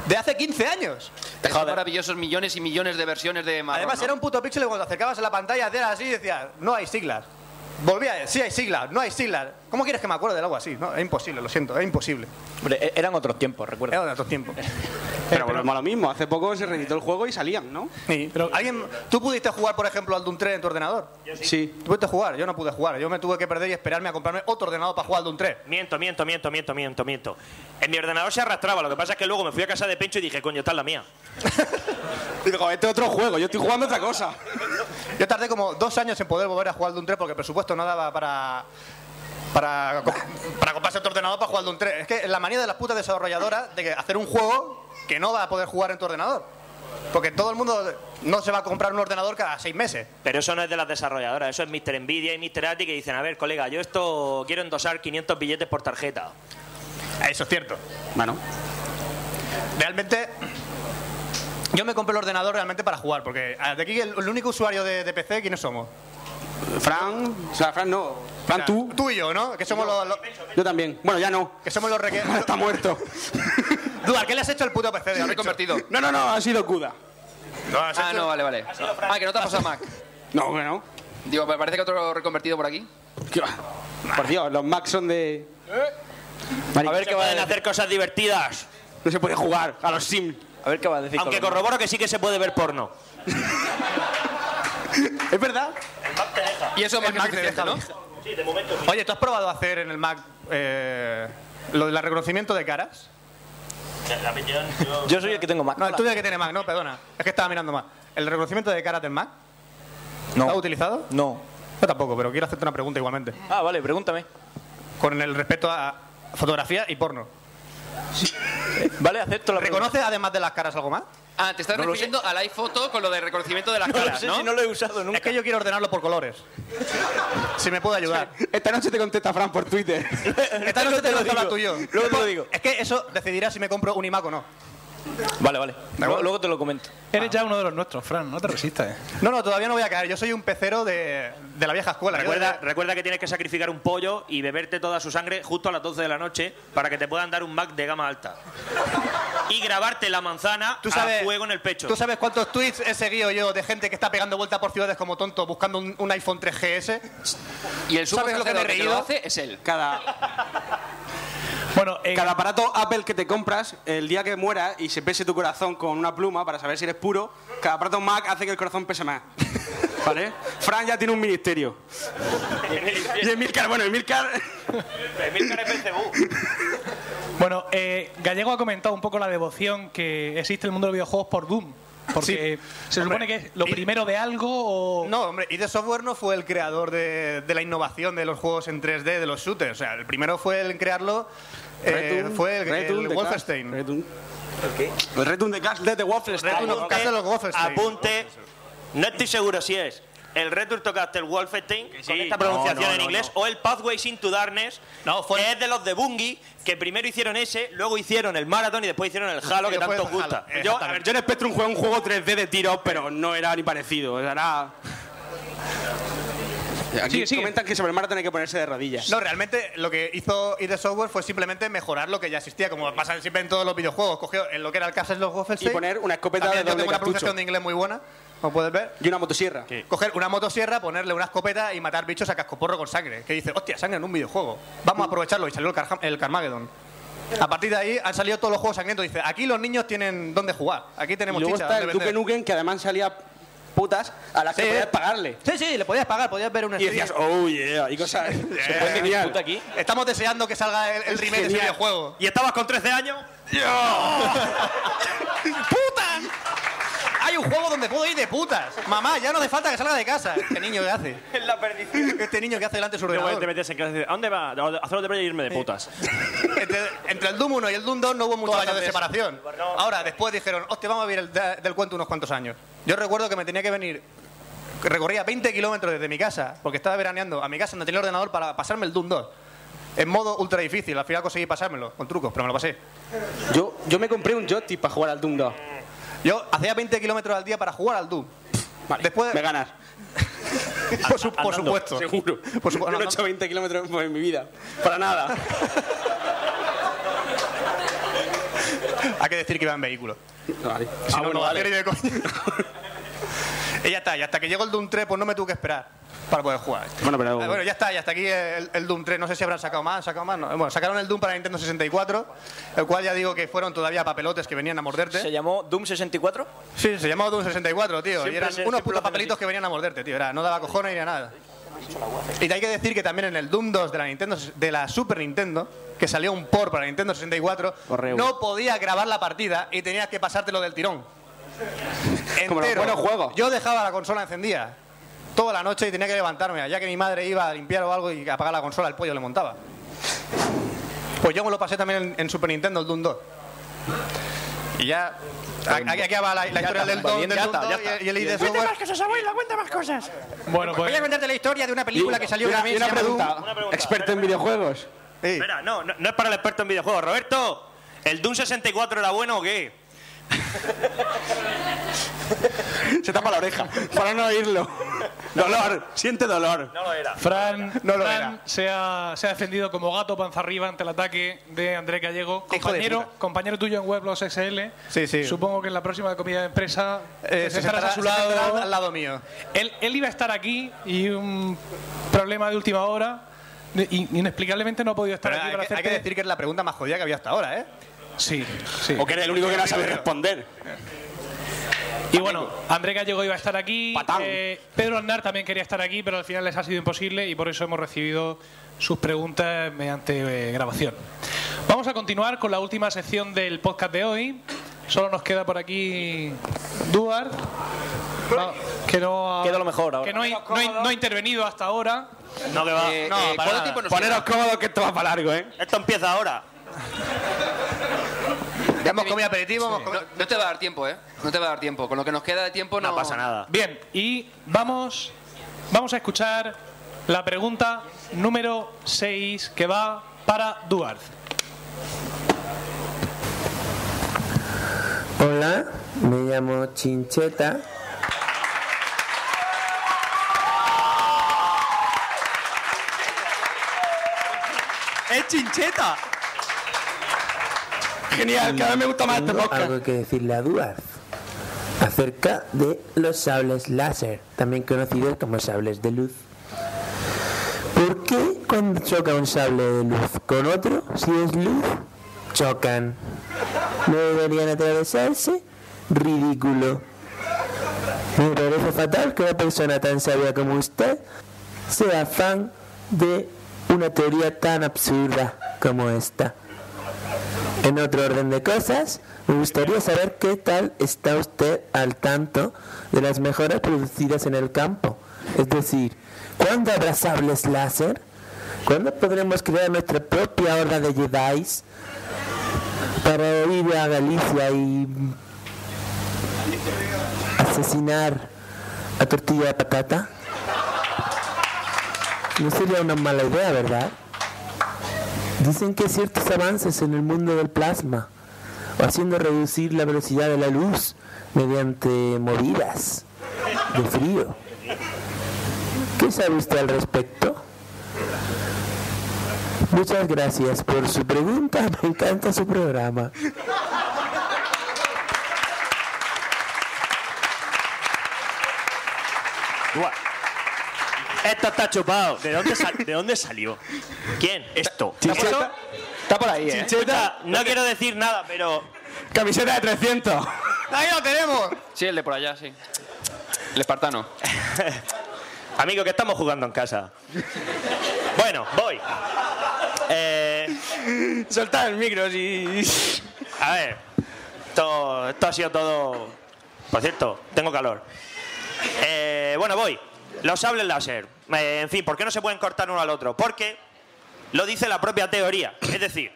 S5: de hace 15 años.
S4: Esos maravillosos millones y millones de versiones de Marrón,
S5: Además,
S4: ¿no?
S5: era un puto píxel y cuando te acercabas a la pantalla, hacías así y decías, no hay siglas. Volvía a decir, sí hay siglas, no hay siglas. ¿Cómo quieres que me acuerde de algo así? No, es imposible, lo siento, es imposible.
S6: Hombre, e- eran otros tiempos, recuerda.
S5: Eran otros tiempos.
S2: Pero volvemos a lo mismo. Hace poco se reeditó el juego y salían, ¿no?
S5: Sí. ¿Alguien, ¿Tú pudiste jugar, por ejemplo, al Doom 3 en tu ordenador?
S2: sí.
S5: ¿Tú pudiste jugar? Yo no pude jugar. Yo me tuve que perder y esperarme a comprarme otro ordenador para jugar al Doom 3.
S7: Miento, miento, miento, miento, miento, miento. En mi ordenador se arrastraba, lo que pasa es que luego me fui a casa de Pencho y dije, coño, esta es la mía.
S2: Digo, este otro juego, yo estoy jugando otra cosa.
S5: Yo tardé como dos años en poder volver a jugar al Doom 3 porque el presupuesto no daba para. Para, co- para comprarse otro ordenador para jugar al Doom 3. Es que la manía de las putas desarrolladoras de que hacer un juego que no va a poder jugar en tu ordenador. Porque todo el mundo no se va a comprar un ordenador cada seis meses.
S7: Pero eso no es de las desarrolladoras, eso es Mr. Nvidia y Mr. Ati que dicen, a ver, colega, yo esto quiero endosar 500 billetes por tarjeta.
S5: Eso es cierto.
S2: Bueno.
S5: Realmente, yo me compré el ordenador realmente para jugar, porque ah, de aquí el, el único usuario de, de PC, ¿quiénes somos?
S2: Fran, o sea, Fran no. Fran,
S5: O sea,
S2: tú.
S5: Tú y yo, ¿no? Que somos los, los-
S2: Yo también. Bueno, ya no.
S5: que somos los reque...
S2: Está muerto.
S5: Duar, ¿qué le has hecho al puto PC?
S4: Me he convertido.
S2: No, no, no, ha sido Cuda.
S4: Ah, no, vale, vale. Ah, que no te has pasado Mac.
S2: No, bueno.
S4: Digo, me parece que otro reconvertido por aquí.
S2: ¿Qué va? Por Dios, los Macs son de. Maric-
S6: A ver qué va a
S7: Pueden
S6: decir.
S7: hacer cosas divertidas,
S2: No se puede jugar a los Sims.
S6: A ver qué va a decir.
S7: aunque
S6: Colombo.
S7: corroboro que sí que se puede ver porno.
S2: ¿Es verdad?
S4: Y eso más
S5: El
S4: que
S5: Mac te
S4: suficiente,
S5: deja,
S4: ¿no?
S5: Oye, ¿tú has probado hacer en el Mac eh, lo del reconocimiento de caras?
S6: Yo soy el que tengo más.
S5: No, el tuyo que tiene Mac, no, perdona. Es que estaba mirando más. ¿El reconocimiento de caras del Mac? ¿Lo has
S6: no.
S5: utilizado?
S6: No.
S5: Yo tampoco, pero quiero hacerte una pregunta igualmente.
S6: Ah, vale, pregúntame.
S5: Con el respecto a fotografía y porno.
S6: Vale, acepto la pregunta.
S5: ¿Reconoce además de las caras algo más?
S4: Ah, te estás refiriendo al iPhoto con lo de reconocimiento de las
S6: No lo
S4: caras,
S6: sé
S4: ¿no?
S6: si no lo he usado nunca.
S5: Es que yo quiero ordenarlo por colores. si me puede ayudar.
S2: Esta noche te contesta Fran por Twitter.
S5: Esta noche te lo
S6: digo.
S5: hablar tú y yo.
S6: Luego te lo digo.
S5: Es que eso decidirá si me compro un iMac o no.
S6: Vale, vale. Luego, luego te lo comento.
S1: Eres ya uno de los nuestros, Fran, no te resistas. eh.
S5: No, no, todavía no voy a caer. Yo soy un pecero de, de la vieja escuela. Yo
S7: Recuerda,
S5: de-
S7: recuerda que tienes que sacrificar un pollo y beberte toda su sangre justo a las 12 de la noche para que te puedan dar un Mac de gama alta. Y grabarte la manzana
S5: ¿Tú sabes,
S7: a fuego en el pecho.
S5: ¿Tú sabes cuántos tweets he seguido yo de gente que está pegando vuelta por ciudades como tonto buscando un, un iPhone 3GS?
S4: Y el sumo
S5: ¿Sabes lo que me he
S4: sacerdote que lo
S5: reído?
S4: hace es él.
S2: Cada,
S1: Bueno, eh,
S2: cada aparato Apple que te compras, el día que mueras y se pese tu corazón con una pluma para saber si eres puro, cada aparato Mac hace que el corazón pese más. ¿Vale? Fran ya tiene un ministerio. y Emilcar, bueno, Emilcar.
S1: bueno eh, Gallego ha comentado un poco la devoción que existe en el mundo de los videojuegos por Doom. Porque se supone que es lo
S5: y-
S1: primero de algo o...
S5: No, hombre, ID Software no fue el creador de, de la innovación de los juegos en 3D, de los shooters. O sea, el primero fue el en crearlo, eh,
S2: Return,
S5: fue el,
S2: Return
S5: el
S2: de
S5: Wolfenstein.
S2: Cast, Return. El Return de Cast de The Wolfenstein.
S5: Return of Castle of Wolfenstein.
S7: apunte. No estoy seguro si es el Return to Castle Wolfenstein con esta
S6: No,
S7: pronunciación
S6: no,
S7: en
S6: no,
S7: inglés o el Pathways into Darkness
S5: No, fue-
S7: que es de los de Bungie que primero hicieron ese luego hicieron el Marathon y después hicieron el Halo
S5: Y
S7: que
S5: después
S7: tanto os
S5: el Halo.
S7: gusta
S5: Eh,
S2: Yo, a ver, yo en Spectrum jugué un juego 3D de tiros, pero no era ni parecido. Era... Aquí
S1: Sigue, sigue.
S2: comentan que sobre el mar tiene que ponerse de rodillas.
S5: No, realmente lo que hizo ID Software fue simplemente mejorar lo que ya existía, como pasa siempre en todos los videojuegos. Cogió en lo que era el Castle of Wolfenstein.
S2: Y poner una escopeta
S5: También yo
S2: de doble
S5: tengo una
S2: cartucho.
S5: pronunciación de inglés muy buena, como puedes ver.
S2: Y una motosierra.
S5: Coger una motosierra, ponerle una escopeta y matar bichos a cascoporro con sangre. Que dice, hostia, sangre en un videojuego. Vamos a aprovecharlo. Y salió el, Carja- el Carmageddon. A partir de ahí han salido todos los juegos sangrientos. Dice, aquí los niños tienen dónde jugar. Aquí
S2: Y
S5: tenemos
S2: luego
S5: chicha
S2: está el
S5: dónde
S2: Duque
S5: vender".
S2: Nukem, que además salía putas a las que
S5: Sí.
S2: podías pagarle.
S5: Sí, sí, le podías pagar, podías ver un
S2: Y
S5: stream.
S2: decías, oh yeah, y cosas. Fue genial.
S6: Puta aquí.
S5: Estamos deseando que salga el, el remake de ese
S2: Genial.
S5: videojuego.
S7: y estabas con 13 años
S5: ¡Putas! Hay un juego donde puedo ir de putas. Mamá, ya no hace falta que salga de casa. Este niño que hace.
S7: en la perdición
S5: Este niño que hace delante de su
S7: Luego te
S5: ordenador.
S7: metes en clase y dices, ¿a dónde va? A hacer de y irme de putas.
S5: Entre, entre el Doom 1 y el Doom 2 no hubo muchos años de separación. Ahora, después dijeron, hostia, vamos a vivir el da- del cuento unos cuantos años. Yo recuerdo que me tenía que venir, que recorría 20 kilómetros desde mi casa, porque estaba veraneando a mi casa donde tenía el ordenador para pasarme el Doom 2. En modo ultra difícil, al final conseguí pasármelo, con trucos, pero me lo pasé.
S2: Yo, yo me compré un joystick para jugar al Doom 2.
S5: Yo hacía 20 kilómetros al día para jugar al Doom.
S2: Vale,
S5: Después-
S2: me ganas.
S5: Por, su- por
S7: andando,
S5: supuesto.
S2: Seguro.
S5: Por supuesto.
S2: Yo no
S5: No,
S2: he
S5: no.
S2: hecho 20 kilómetros en mi vida. Para nada.
S5: Hay que decir que iba en vehículo.
S2: Vale.
S5: Si
S2: Ah,
S5: no,
S2: bueno,
S5: no va a
S2: vale.
S5: hacer ni de coña. Y ya está, y hasta que llegó el Doom 3, pues no me tuve que esperar para poder jugar.
S2: Bueno, pero.
S5: Ah, bueno, ya está, ya hasta aquí el, el Doom 3. No sé si habrán sacado más, sacado más. no. Bueno, sacaron el Doom para Nintendo 64, el cual ya digo que fueron todavía papelotes que venían a morderte.
S6: ¿Se llamó Doom 64?
S5: Sí, se llamaba Doom 64, tío.
S6: Siempre
S5: y eran
S6: se-
S5: unos
S6: siempre lo
S5: putos
S6: hacen
S5: papelitos
S6: así.
S5: que venían a morderte, tío. Era, no daba cojones ni era nada. Y hay que decir que también en el Doom 2 de la Nintendo de la Super Nintendo, que salió un port para Nintendo 64,
S2: Correo.
S5: no podías grabar la partida y tenías que pasártelo del tirón.
S2: Como los buenos juegos.
S5: Yo dejaba la consola encendida toda la noche y tenía que levantarme, ya que mi madre iba a limpiar o algo y apagar la consola, el pollo le montaba. Pues yo me lo pasé también en, en Super Nintendo, el Doom 2. Y ya. Aquí acaba la, la historia del Doom, del
S6: Ya
S5: Doom
S6: está,
S5: 2
S6: ya está.
S5: y, y el ID de
S12: Cuenta
S5: software.
S12: más cosas, abuelo, cuenta más cosas.
S1: Bueno, pues.
S12: Voy a contarte la historia de una película que salió
S2: Y
S12: una
S2: una, y
S12: vez.
S2: una
S12: se llama
S2: pregunta.
S12: Doom.
S2: Experto en videojuegos.
S7: Espera, no, no, no es para el experto en videojuegos. Roberto, ¿el Doom 64 era bueno o qué?
S2: Se tapa la oreja para no oírlo. Dolor, siente dolor.
S7: No lo era.
S1: Fran,
S5: No lo
S1: Fran
S5: era.
S1: Se, ha, se ha defendido como gato panza arriba ante el ataque de Andrés Gallego,
S5: Hijo de
S1: compañero,
S5: puta.
S1: compañero tuyo en Weblos SL.
S5: Sí, sí.
S1: Supongo que en la próxima comida de empresa
S5: Eh,
S1: te
S5: se
S1: sentarás
S5: sentará-
S1: a su
S5: se sentará
S1: lado.
S5: al lado mío.
S1: Él, él iba a estar aquí y un problema de última hora. de- in- Inexplicablemente no ha podido estar
S5: Pero
S1: aquí
S5: hay,
S1: para
S5: que, hay
S1: hacerte...
S5: que decir que es la pregunta más jodida que había hasta ahora, ¿eh?
S1: Sí, sí.
S2: O que eres el único que no sabe responder.
S1: Y bueno, André Gallego iba a estar aquí,
S2: Patán.
S1: eh, Pedro Aznar también quería estar aquí, pero al final les ha sido imposible y por eso hemos recibido sus preguntas mediante eh, grabación. Vamos a continuar con la última sección del podcast de hoy. Solo nos queda por aquí Duar, no, que no ha,
S6: Queda lo mejor ahora.
S1: que no ha, no ha- no ha intervenido hasta ahora.
S7: No, que va.
S4: Eh,
S7: no,
S4: eh,
S7: para
S4: ¿cuánto
S7: nada.
S4: tiempo nos
S2: Poneros cómodos que esto va para largo, ¿eh?
S7: Esto empieza ahora.
S5: Ya hemos comido aperitivo, hemos comido...
S4: No te va a dar tiempo, ¿eh? No te va a dar tiempo. Con lo que nos queda de tiempo no,
S7: No pasa nada.
S1: Bien, y vamos, vamos a escuchar la pregunta número 6 que va para Duarte.
S12: Hola, me llamo Chincheta.
S7: ¡Es chincheta!
S2: Genial, cada vez me gusta más este
S12: Tengo
S2: podcast.
S12: algo que decirle a Duarte acerca de los sables láser, también conocidos como sables de luz. ¿Por qué cuando choca un sable de luz con otro, si es luz, chocan? ¿No deberían atravesarse? Ridículo. Me parece fatal que una persona tan sabia como usted sea fan de una teoría tan absurda como esta. En otro orden de cosas, me gustaría saber qué tal está usted al tanto de las mejoras producidas en el campo. Es decir, ¿cuándo habrá sables láser? ¿Cuándo podremos crear nuestra propia horda de Jedi para ir a Galicia y asesinar a tortilla de patata? No sería una mala idea, ¿verdad? Dicen que ciertos avances en el mundo del plasma, o haciendo reducir la velocidad de la luz mediante movidas de frío. ¿Qué sabe usted al respecto? Muchas gracias por su pregunta, me encanta su programa.
S7: Buah. Esto está chupado. ¿De dónde, sal- ¿De dónde salió? ¿Quién? Esto.
S2: Chincheta,
S6: Está por ahí, ¿eh?
S7: Chincheta, no quiero decir nada, pero.
S2: camiseta de 300.
S5: ¡Ahí lo tenemos!
S4: Sí, el de por allá, sí. El espartano.
S7: Amigo, que estamos jugando en casa. Bueno, voy. Eh,
S2: Soltad el micro si.
S7: a ver. Esto, esto ha sido todo. Por cierto, tengo calor. Eh, bueno, voy. Los sables láser. Eh, en fin, ¿por qué no se pueden cortar uno al otro? Porque lo dice la propia teoría. Es decir,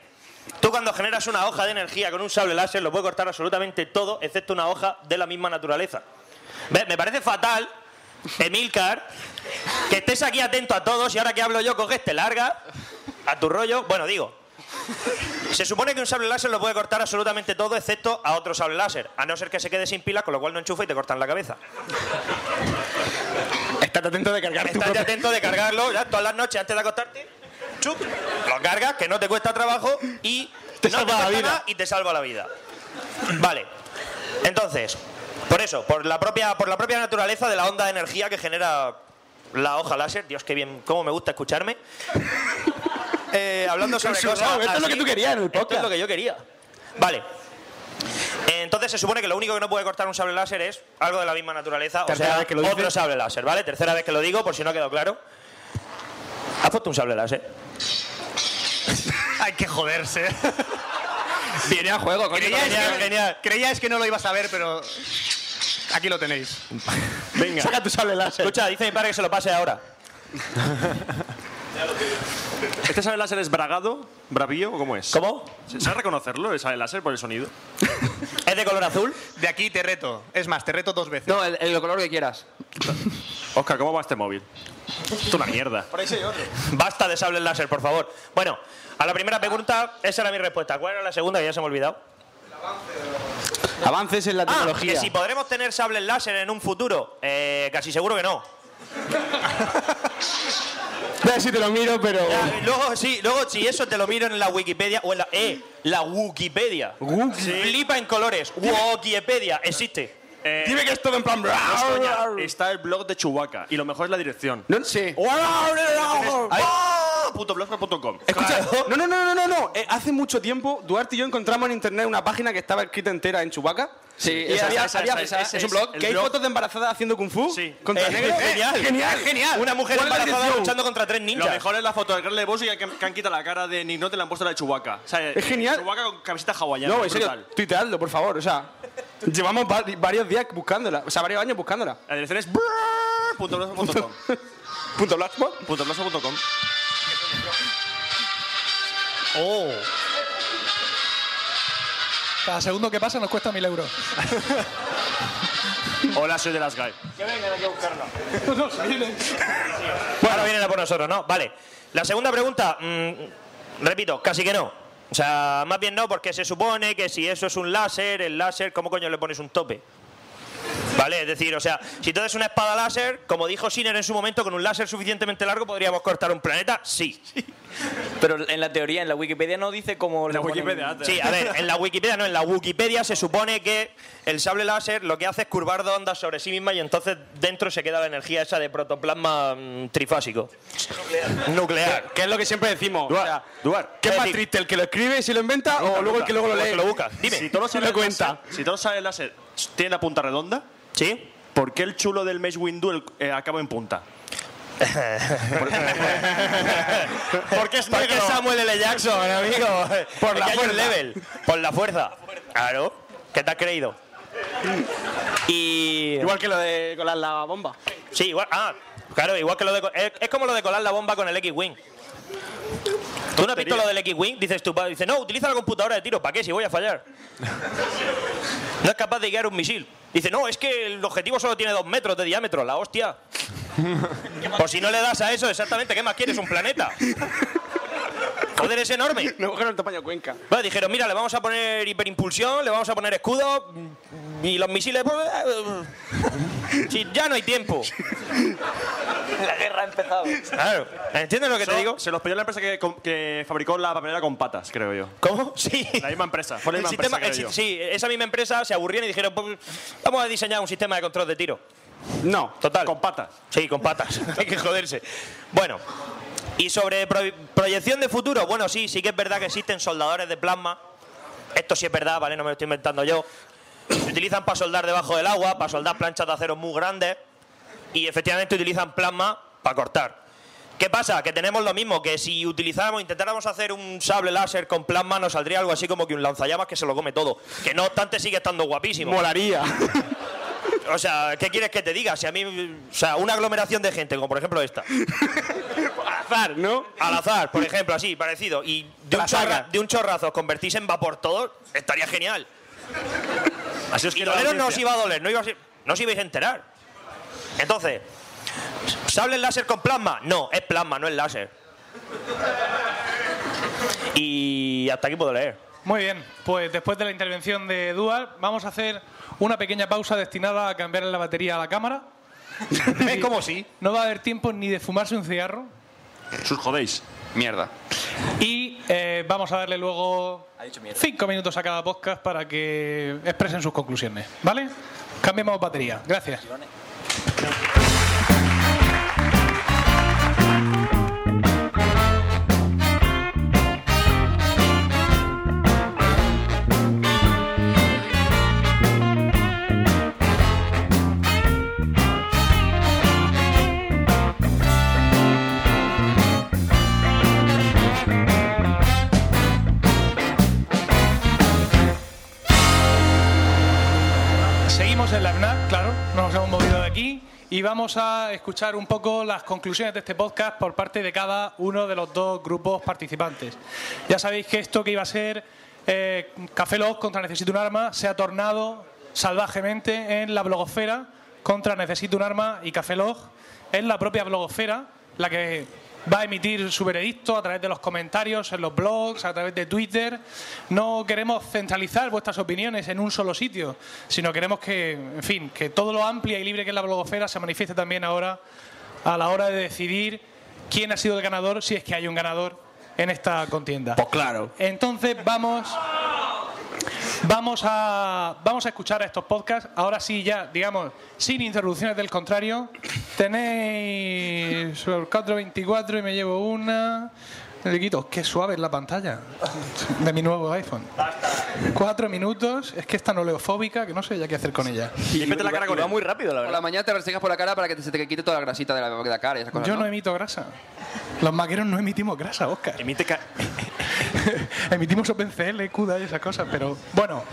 S7: tú cuando generas una hoja de energía con un sable láser lo puedes cortar absolutamente todo, excepto una hoja de la misma naturaleza. ¿Ves? Me parece fatal, Emilcar, que estés aquí atento a todos y ahora que hablo yo coges, te larga a tu rollo. Bueno, digo, se supone que un sable láser lo puede cortar absolutamente todo, excepto a otro sable láser, a no ser que se quede sin pila, con lo cual no enchufa y te cortan la cabeza.
S2: Estate atento de cargar tu
S7: Estate
S2: propia-
S7: atento de cargarlo ya todas las noches antes de acostarte. Chup, lo cargas, que no te cuesta trabajo y
S2: Te
S7: no
S2: salva la
S7: cuesta
S2: vida.
S7: nada y te salva la vida. Vale. Entonces, Por eso, por la propia, por la propia naturaleza de la onda de energía que genera la hoja láser. Dios, qué bien, cómo me gusta escucharme. Eh, hablando sobre
S2: Qué
S7: cosas.
S2: chorrao, esto es lo
S7: así.
S2: que tú querías en el
S7: Esto es
S2: podcast.
S7: lo que yo quería. Vale. Eh, Entonces se supone que lo único que no puede cortar un sable láser es algo de la misma naturaleza,
S3: Tercera
S7: o sea,
S3: vez que lo
S7: otro
S3: dices.
S7: sable láser, ¿vale? Tercera vez que lo digo, por si no ha quedado claro. ¿Has puesto un sable láser?
S5: Hay que joderse.
S7: Viene a juego, coño.
S5: Creíais
S7: Genial,
S5: que, creíais que no lo ibas a ver, pero aquí lo tenéis.
S7: Venga.
S5: Saca
S7: tu sable láser. Escucha, dice mi padre que se lo pase ahora.
S3: ¿Este sable láser es bragado? ¿Bravío? ¿Cómo es?
S7: ¿Cómo?
S3: ¿Sabes reconocerlo, el sable láser, por el sonido?
S7: ¿Es de color azul?
S5: De aquí te reto. Es más, te reto dos veces.
S4: No, el, el color que quieras.
S3: Oscar, ¿cómo va este móvil? Esto es una mierda.
S7: Por ahí otro. Basta de sables láser, por favor. Bueno, a la primera pregunta, esa era mi respuesta. ¿Cuál era la segunda? Que ya se me ha olvidado.
S2: Avances en la
S7: Ah,
S2: tecnología.
S7: que si podremos tener sables láser en un futuro. Eh, casi seguro que no.
S2: si te lo miro, pero.
S7: Eh, Luego, sí, luego si eso te lo miro en la Wikipedia o en la... Eh, la Wikipedia. Flipa en colores. Wikipedia. Existe.
S3: Eh,
S2: Dime que es todo en plan.
S3: no es coña, Está el blog de Chewbacca y lo mejor es la dirección.
S2: No sé.
S3: Ahí- .blogspot.com.
S2: Escucha, no, no, no, no, no, no. Eh, hace mucho tiempo Duarte y yo encontramos en internet una página que estaba escrita entera en Chubaca.
S4: Sí,
S2: y
S4: esa,
S2: había,
S4: esa,
S2: había-
S4: esa, esa,
S2: es,
S4: ese
S2: un blog
S4: es
S2: que hay
S4: el blog.
S2: fotos de embarazadas haciendo kung fu
S3: Sí.
S2: contra
S7: Eh,
S2: negros.
S7: es genial.
S2: Es genial,
S7: Es genial. Una mujer
S2: Buena
S7: embarazada
S2: dirección.
S7: luchando contra tres
S3: Lo
S7: ninjas.
S3: mejor es la foto de Carl Boss y que, que han quitado la cara de Nick Note y le han puesto la de Chewbacca. O sea, eh,
S2: Es genial.
S3: Chewbacca con camiseta hawaiana.
S2: No, en serio,
S3: brutal.
S2: tuiteadlo, por favor. O sea, llevamos vari- varios días buscándola. O sea, varios años buscándola.
S3: La dirección es .blogspot.com.
S2: Punto blogspot.
S3: .blogspot.com.
S5: Oh.
S1: Cada segundo que pasa nos cuesta mil euros.
S3: Hola, soy de las Guy.
S7: Bueno, ahora vienen a por nosotros, ¿no? Vale. La segunda pregunta, mm, repito, casi que no. O sea, más bien no, porque se supone que si eso es un láser, el láser, ¿cómo coño le pones un tope? Vale, es decir, o sea, si todo es una espada láser, como dijo Sinner en su momento, con un láser suficientemente largo podríamos cortar un planeta, sí.
S6: Pero en la teoría, en la Wikipedia no dice cómo...
S3: La
S6: lo ponen.
S3: Wikipedia.
S7: Sí, a ver, en la Wikipedia no, en la Wikipedia se supone que el sable láser lo que hace es curvar dos ondas sobre sí misma y entonces dentro se queda la energía esa de protoplasma mm, trifásico. Nuclear.
S2: Que es lo que siempre decimos. o sea,
S3: Duar.
S2: ¿Qué es más
S7: Eric.
S2: triste, el que lo escribe y si lo inventa o luego el que luego lo
S7: O el
S2: lee?
S7: que lo busca. Dime.
S3: Si todo
S2: Si lo cuenta.
S3: si todo sale láser, tiene la punta redonda,
S7: ¿Sí?
S3: ¿por qué el chulo del Mace Windu el- eh, acaba en punta?
S7: Porque es Porque Samuel L. Jackson, amigo. Por la fuerza. level. Por la fuerza. Claro. ¿Qué te has creído? Y.
S2: Igual que lo de colar la bomba.
S7: Sí, igual. Ah, claro, igual que lo de. co- Es, es como lo de colar la bomba con el X-Wing. ¿Tú no has visto lo del X-Wing? Dices tu padre, dice, no, utiliza la computadora de tiro, ¿para qué? Si voy a fallar. No es capaz de guiar un misil. Dice, no, es que el objetivo solo tiene dos metros de diámetro, la hostia. Por si no le das a eso, exactamente, ¿qué más quieres? ¿Un planeta? Joder, es enorme.
S2: No cogieron el tamaño cuenca.
S7: Bueno, dijeron, mira, le vamos a poner hiperimpulsión, le vamos a poner escudo mm, y los misiles... Sí, ya no hay tiempo.
S6: La guerra ha empezado.
S7: Claro. ¿Entiendes lo que te
S3: Eso
S7: digo?
S3: Se los pidió la empresa que, com- que fabricó la papelera con patas, creo yo.
S7: ¿Cómo? Sí.
S3: La misma empresa. Fue la
S7: El
S3: misma
S7: sistema-
S3: empresa,
S7: el
S3: creo
S7: si- sí, esa misma empresa se aburrían y dijeron, "Pues, vamos a diseñar un sistema de control de tiro.
S2: No.
S7: Total.
S3: yo. Con patas.
S7: Sí, con patas. Hay que joderse. Bueno, y sobre pro- proyección de futuro, bueno, sí, sí que es verdad que existen soldadores de plasma. Esto sí es verdad, ¿vale? No me lo estoy inventando yo. Se utilizan para soldar debajo del agua, para soldar planchas de acero muy grandes. Y efectivamente utilizan plasma para cortar. ¿Qué pasa? Que tenemos lo mismo, que si utilizáramos, intentáramos hacer un sable láser con plasma, nos saldría algo así como que un lanzallamas que se lo come todo. Que no obstante sigue estando guapísimo.
S2: Molaría.
S7: O sea, ¿qué quieres que te diga? Si a mí, o sea, una aglomeración de gente, como por ejemplo esta,
S2: Azar, ¿no?
S7: al azar, por ejemplo, así, parecido, y de un,
S2: La saga.
S7: chorra- de un chorrazo os convertís en vapor todos, estaría genial.
S3: Así os
S7: Y
S3: quiero la
S7: doleros no os
S3: audiencia.
S7: iba a doler, no, iba a ser- no os ibais a enterar. Entonces, ¿sables láser con plasma? No, es plasma, no es láser. Y hasta aquí puedo leer.
S1: Muy bien, pues después de la intervención de Dual, vamos a hacer una pequeña pausa destinada a cambiar la batería a la cámara.
S7: ¿Ves cómo sí?
S1: No va a haber tiempo ni de fumarse un cigarro,
S3: Sus jodéis.
S4: Mierda.
S1: Y eh, vamos a darle luego cinco minutos a cada podcast para que expresen sus conclusiones. ¿Vale? Cambiemos batería. Gracias. Seguimos en la FNAC, claro, no nos hemos movido de aquí y vamos a escuchar un poco las conclusiones de este podcast por parte de cada uno de los dos grupos participantes. Ya sabéis que esto que iba a ser eh, Café Lock contra Necesito un Arma se ha tornado salvajemente en la blogosfera contra Necesito un Arma y Café Lock. Es la propia blogosfera la que va a emitir su veredicto a través de los comentarios, en los blogs, a través de Twitter. No queremos centralizar vuestras opiniones en un solo sitio, sino queremos que, en fin, que todo lo amplia y libre que es la blogosfera se manifieste también ahora a la hora de decidir quién ha sido el ganador, si es que hay un ganador en esta contienda. Pues
S2: claro.
S1: Entonces vamos Vamos a, vamos a escuchar a estos podcasts. Ahora sí, ya, digamos, sin interrupciones del contrario. Tenéis el 424 y me llevo una. Le quito, qué suave es la pantalla de mi nuevo iPhone. Cuatro minutos, es que esta no leofóbica, que no sé ya qué hacer con ella.
S4: muy rápido, la verdad. Por la mañana te resegas por la cara para que te- se te quite toda la grasita de la, de la cara y esas cosas.
S1: Yo
S4: ¿no?
S1: no emito grasa. Los maqueros no emitimos grasa, Oscar.
S7: Emite
S1: Emitimos OpenCL, CUDA y esas cosas, pero bueno,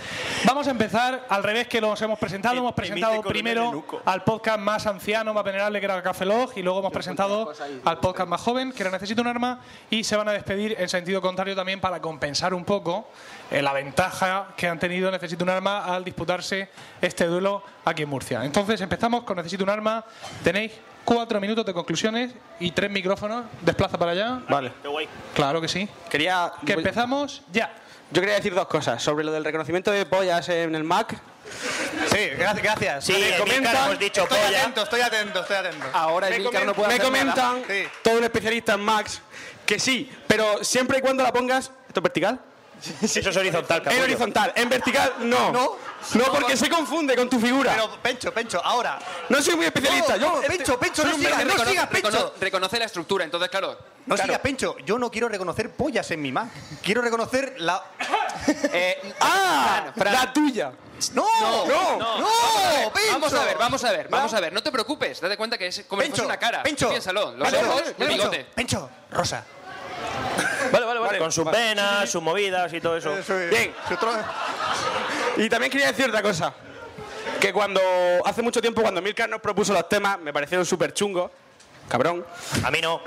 S1: vamos a empezar al revés que los hemos
S4: Em-
S1: presentado. Hemos presentado
S7: coronel
S1: primero
S7: Enuco.
S1: al podcast más anciano, más venerable que era Café Log, y luego hemos presentado al podcast más joven que era Necesito un arma y se van a despedir en sentido contrario también para compensar un poco eh, la ventaja que han tenido Necesito un arma al disputarse este duelo aquí en Murcia. Entonces empezamos con Necesito un arma. Tenéis cuatro minutos de conclusiones y tres micrófonos. Desplaza para allá.
S2: Vale.
S1: Claro que sí.
S2: Quería
S1: Que empezamos ya.
S2: Yo quería decir dos cosas sobre lo del reconocimiento de pollas en el Mac.
S5: Sí, gracias. gracias.
S2: Sí, en Ícaro hemos dicho
S5: estoy
S2: polla.
S5: atento, estoy atento, estoy atento.
S2: Ahora
S5: Me
S2: el Ícaro
S5: comen-
S2: no puede
S5: Me
S2: hacer nada.
S5: comentan. Sí.
S2: Todo un especialista en Max que sí, pero siempre y cuando la pongas. ¿Esto es vertical?
S7: Eso es horizontal,
S2: En
S5: capullo.
S2: horizontal, en vertical no.
S5: No.
S2: No, porque se confunde con tu figura.
S5: Pero, Pencho, Pencho, ahora.
S2: No soy muy especialista, yo-
S4: este
S5: Pencho, Pencho, no sigas, no
S4: recono- recono-
S5: sigas, Pencho.
S4: Reconoce la estructura, entonces, claro.
S5: No sigas, Pencho. Yo no quiero reconocer pollas en mi Mac. Quiero reconocer la. eh,
S2: ¡Ah! La tuya.
S5: ¡No! ¡No! ¡No!
S4: Vamos a ver,
S5: Pencho.
S4: Vamos a ver, vamos a ver, vamos a ver. No te preocupes, date cuenta que es como si
S5: Pencho,
S4: fuese una cara.
S5: Pencho.
S4: Piénsalo, los
S5: Pencho,
S4: ojos y el
S5: Pencho,
S4: bigote.
S5: Pencho, rosa.
S7: Vale, vale, vale. Con sus venas, sus movidas y todo eso.
S2: Bien. Y también quería decir otra cosa. Que cuando hace mucho tiempo, cuando Milcar nos propuso los temas, me parecieron súper chungos. Cabrón.
S7: A mí no.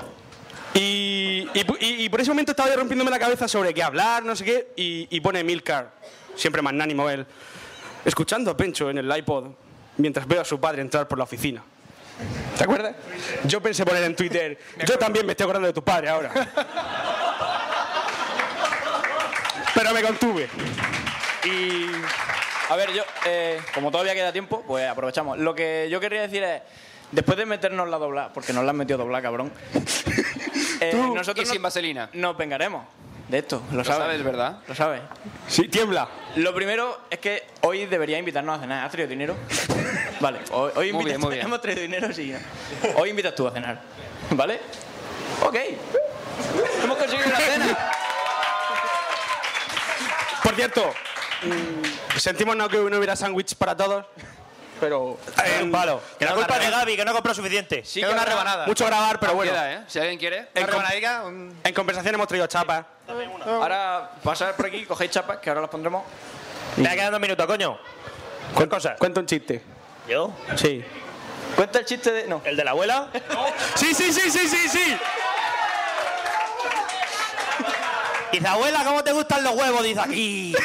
S2: Y, y pu- y- y por ese momento estaba yo rompiéndome la cabeza sobre qué hablar, no sé qué, y, y pone Milcar, siempre magnánimo él, escuchando a Pencho en el iPod mientras veo a su padre entrar por la oficina. ¿Te acuerdas? Yo pensé poner en Twitter, yo también me estoy acordando de tu padre ahora. Pero me contuve.
S6: Y. A ver, yo, eh, como todavía queda tiempo, pues aprovechamos. Lo que yo quería decir es. Después de meternos la dobla, porque nos la han metido dobla, cabrón. eh,
S4: y sin
S6: no-
S4: vaselina.
S6: Nos vengaremos de esto, lo,
S4: Lo
S6: sabes.
S4: sabes, ¿verdad?
S6: Lo sabes.
S2: Sí, tiembla.
S6: Lo primero es que hoy debería invitarnos a cenar. ¿Has traído dinero? Vale, hoy, hoy
S4: Muy
S6: invitas-
S4: bien, muy bien.
S6: Hemos traído dinero, sí. Hoy invitas tú a cenar. ¿Vale? Ok. Hemos conseguido una cena.
S2: Por cierto, mm, sentimos no que no hubiera sándwich para todos, pero...
S7: Un palo. Que la
S2: Eh, No,
S7: culpa es de
S2: Gaby.
S7: Gaby, que no ¿eh? compró suficiente.
S6: Sí,
S5: Queda
S6: que
S5: una
S6: habrá-
S5: rebanada.
S2: Mucho grabar, pero bueno.
S4: Queda, ¿eh? Si alguien quiere.
S2: En,
S5: Una
S2: com-
S5: rebanadica. un-
S2: en conversación hemos traído chapas.
S6: Ahora pasar por aquí, cogéis chapas, que ahora las pondremos.
S7: Te ha quedado un minuto, coño. ¿Qué cosa?
S2: Cuenta un chiste.
S7: ¿Yo?
S2: Sí.
S6: Cuenta el chiste de. No.
S7: ¿El de la abuela?
S2: Sí, sí, sí, sí, sí, sí.
S7: Dice, abuela, ¿cómo te gustan los huevos? Dice aquí.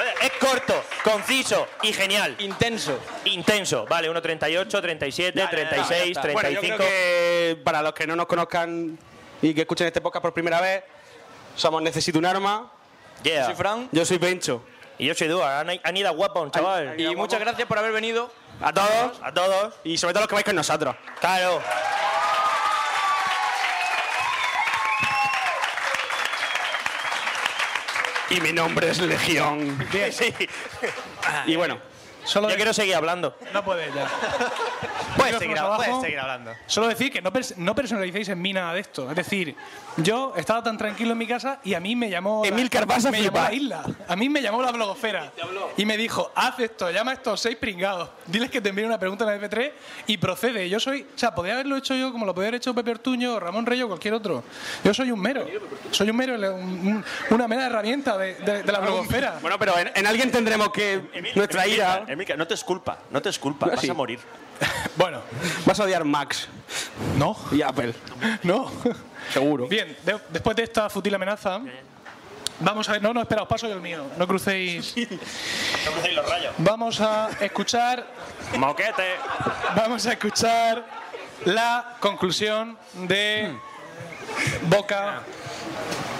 S7: Eh, es corto, conciso y genial.
S6: Intenso.
S7: Intenso. Vale, 1.38, 37,
S6: ya, ya,
S7: 36,
S6: ya está.
S2: Bueno, yo
S7: 35.
S2: creo que para los que no nos conozcan y que escuchen este podcast por primera vez, somos Necesito un arma.
S7: Yeah.
S6: Soy Fran.
S2: Yo soy Bencho.
S7: Y yo soy Dúa. Han, han ido guapón, chaval.
S6: Y muchas gracias por haber venido.
S2: A todos
S7: A todos.
S2: y sobre todo los que vais con nosotros.
S7: Claro.
S2: Y mi nombre es Legión.
S3: Sí.
S2: Y bueno,
S1: solo
S3: yo quiero seguir hablando.
S1: No puede ya.
S5: Puedes
S1: Amigos
S5: seguir,
S1: por
S5: hab-
S1: abajo.
S5: puedes seguir hablando.
S1: Solo decir que no, pers- no personalicéis en mí nada de esto. Es decir, yo estaba tan tranquilo en mi casa y a mí me llamó. la-
S2: Emilcar, vas a
S1: me llamó
S2: flipar.
S1: la isla. A mí me llamó la blogosfera. Y me dijo: haz esto, llama a estos seis pringados. Diles que te envíen una pregunta en la F3 y procede. Yo soy. O sea, podría haberlo hecho yo como lo podría haber hecho Pepe Ortuño, Ramón Rey o cualquier otro. Yo soy un mero. Soy un mero, un- un- una mera herramienta de, de- de la blogosfera.
S2: Bueno, pero en, en alguien tendremos que. nuestra ira.
S3: Emilcar, no te es culpa, no te es culpa,
S2: No,
S3: vas
S2: sí.
S3: a morir.
S1: Bueno,
S2: vas a odiar Max.
S1: ¿No?
S2: Y Apple.
S1: No.
S2: Seguro.
S1: Bien, de- después de esta futil amenaza, vamos a ver. No, no, espera, os paso yo el mío. No crucéis.
S3: No crucéis los rayos.
S1: Vamos a escuchar.
S3: Moquete.
S1: Vamos a escuchar la conclusión de Boca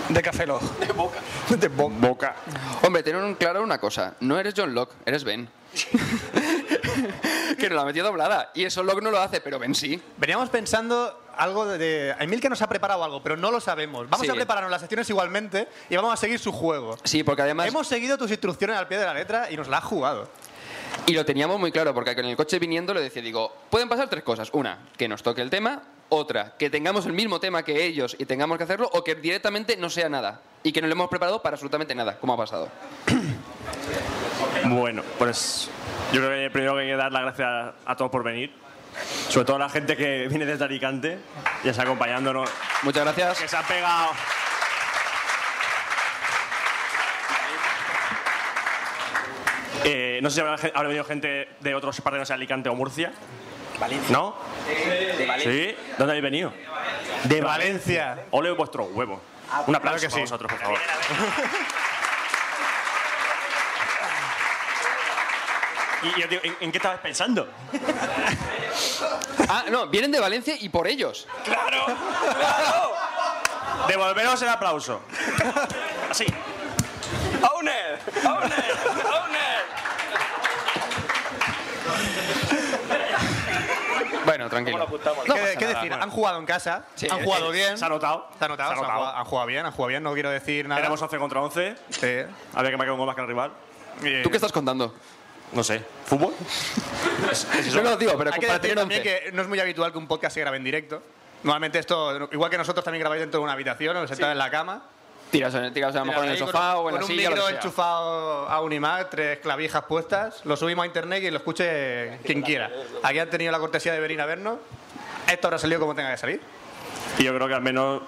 S1: de Café Log.
S4: De boca. Hombre, tener un claro una cosa. No eres John Locke, eres Ben. que nos la metió doblada. Y eso Locke no lo hace, pero Ben sí.
S5: Veníamos pensando algo de, de Emil que nos ha preparado algo, pero no lo sabemos. Vamos
S4: Sí.
S5: a prepararnos las secciones igualmente y vamos a seguir su juego.
S4: Sí, porque además...
S5: Hemos seguido tus instrucciones al pie de la letra y nos la has jugado.
S4: Y lo teníamos muy claro, porque con el coche viniendo le decía, digo, pueden pasar tres cosas. Una, que nos toque el tema. Otra, que tengamos el mismo tema que ellos y tengamos que hacerlo. O que directamente no sea nada. Y que no lo hemos preparado para absolutamente nada, como ha pasado.
S3: Bueno, pues yo creo que primero que hay que dar las gracias a, a todos por venir. Sobre todo a la gente que viene desde Alicante y está acompañándonos.
S4: Muchas gracias.
S3: Que se ha pegado. Eh, no sé si habrá, gen- habrá venido gente de otros partes, no sé, Alicante o Murcia. Valencia. ¿No?
S5: De
S3: ¿Sí? ¿Dónde habéis venido? De Valencia. Ole vuestro huevo. Un aplauso
S5: Ah, pues claro que
S3: para
S5: sí.
S3: vosotros, por favor. Y yo digo, ¿en, en qué estabas pensando?
S4: Ah, no, vienen de Valencia y por ellos.
S3: ¡Claro! ¡Claro! Devolveros el aplauso. Así. ¡Owner! ¡Owner! ¡Owner!
S4: Bueno, tranquilo.
S5: ¿Qué, qué decir? Han jugado en casa,
S4: Sí.
S5: han jugado bien.
S3: Se ha notado.
S5: Eh, Se ha notado, se han jugado- han jugado bien, han jugado bien, no quiero decir nada.
S3: Éramos 11 contra 11.
S5: Sí.
S3: Había que marcar un gol más que el rival.
S4: ¿Tú qué estás contando?
S3: No sé. ¿Fútbol?
S4: Yo no lo digo, pero
S5: Hay que
S4: para
S5: decir
S4: tener 11.
S5: también que no es muy habitual que un podcast se grabe en directo. Normalmente esto, igual que nosotros también grabáis dentro de una habitación o sentados en la cama.
S4: Tiras, en- tiras a lo mejor en el
S5: Ahí con-
S4: sofá o en la
S5: con
S4: silla. lo
S5: un
S4: que
S5: micro
S4: sea.
S5: enchufado a un iMac, tres clavijas puestas, lo subimos a internet y lo escuche quien quiera. Aquí han tenido la cortesía de venir a vernos. Esto habrá salido como tenga que salir.
S3: Y yo creo que al menos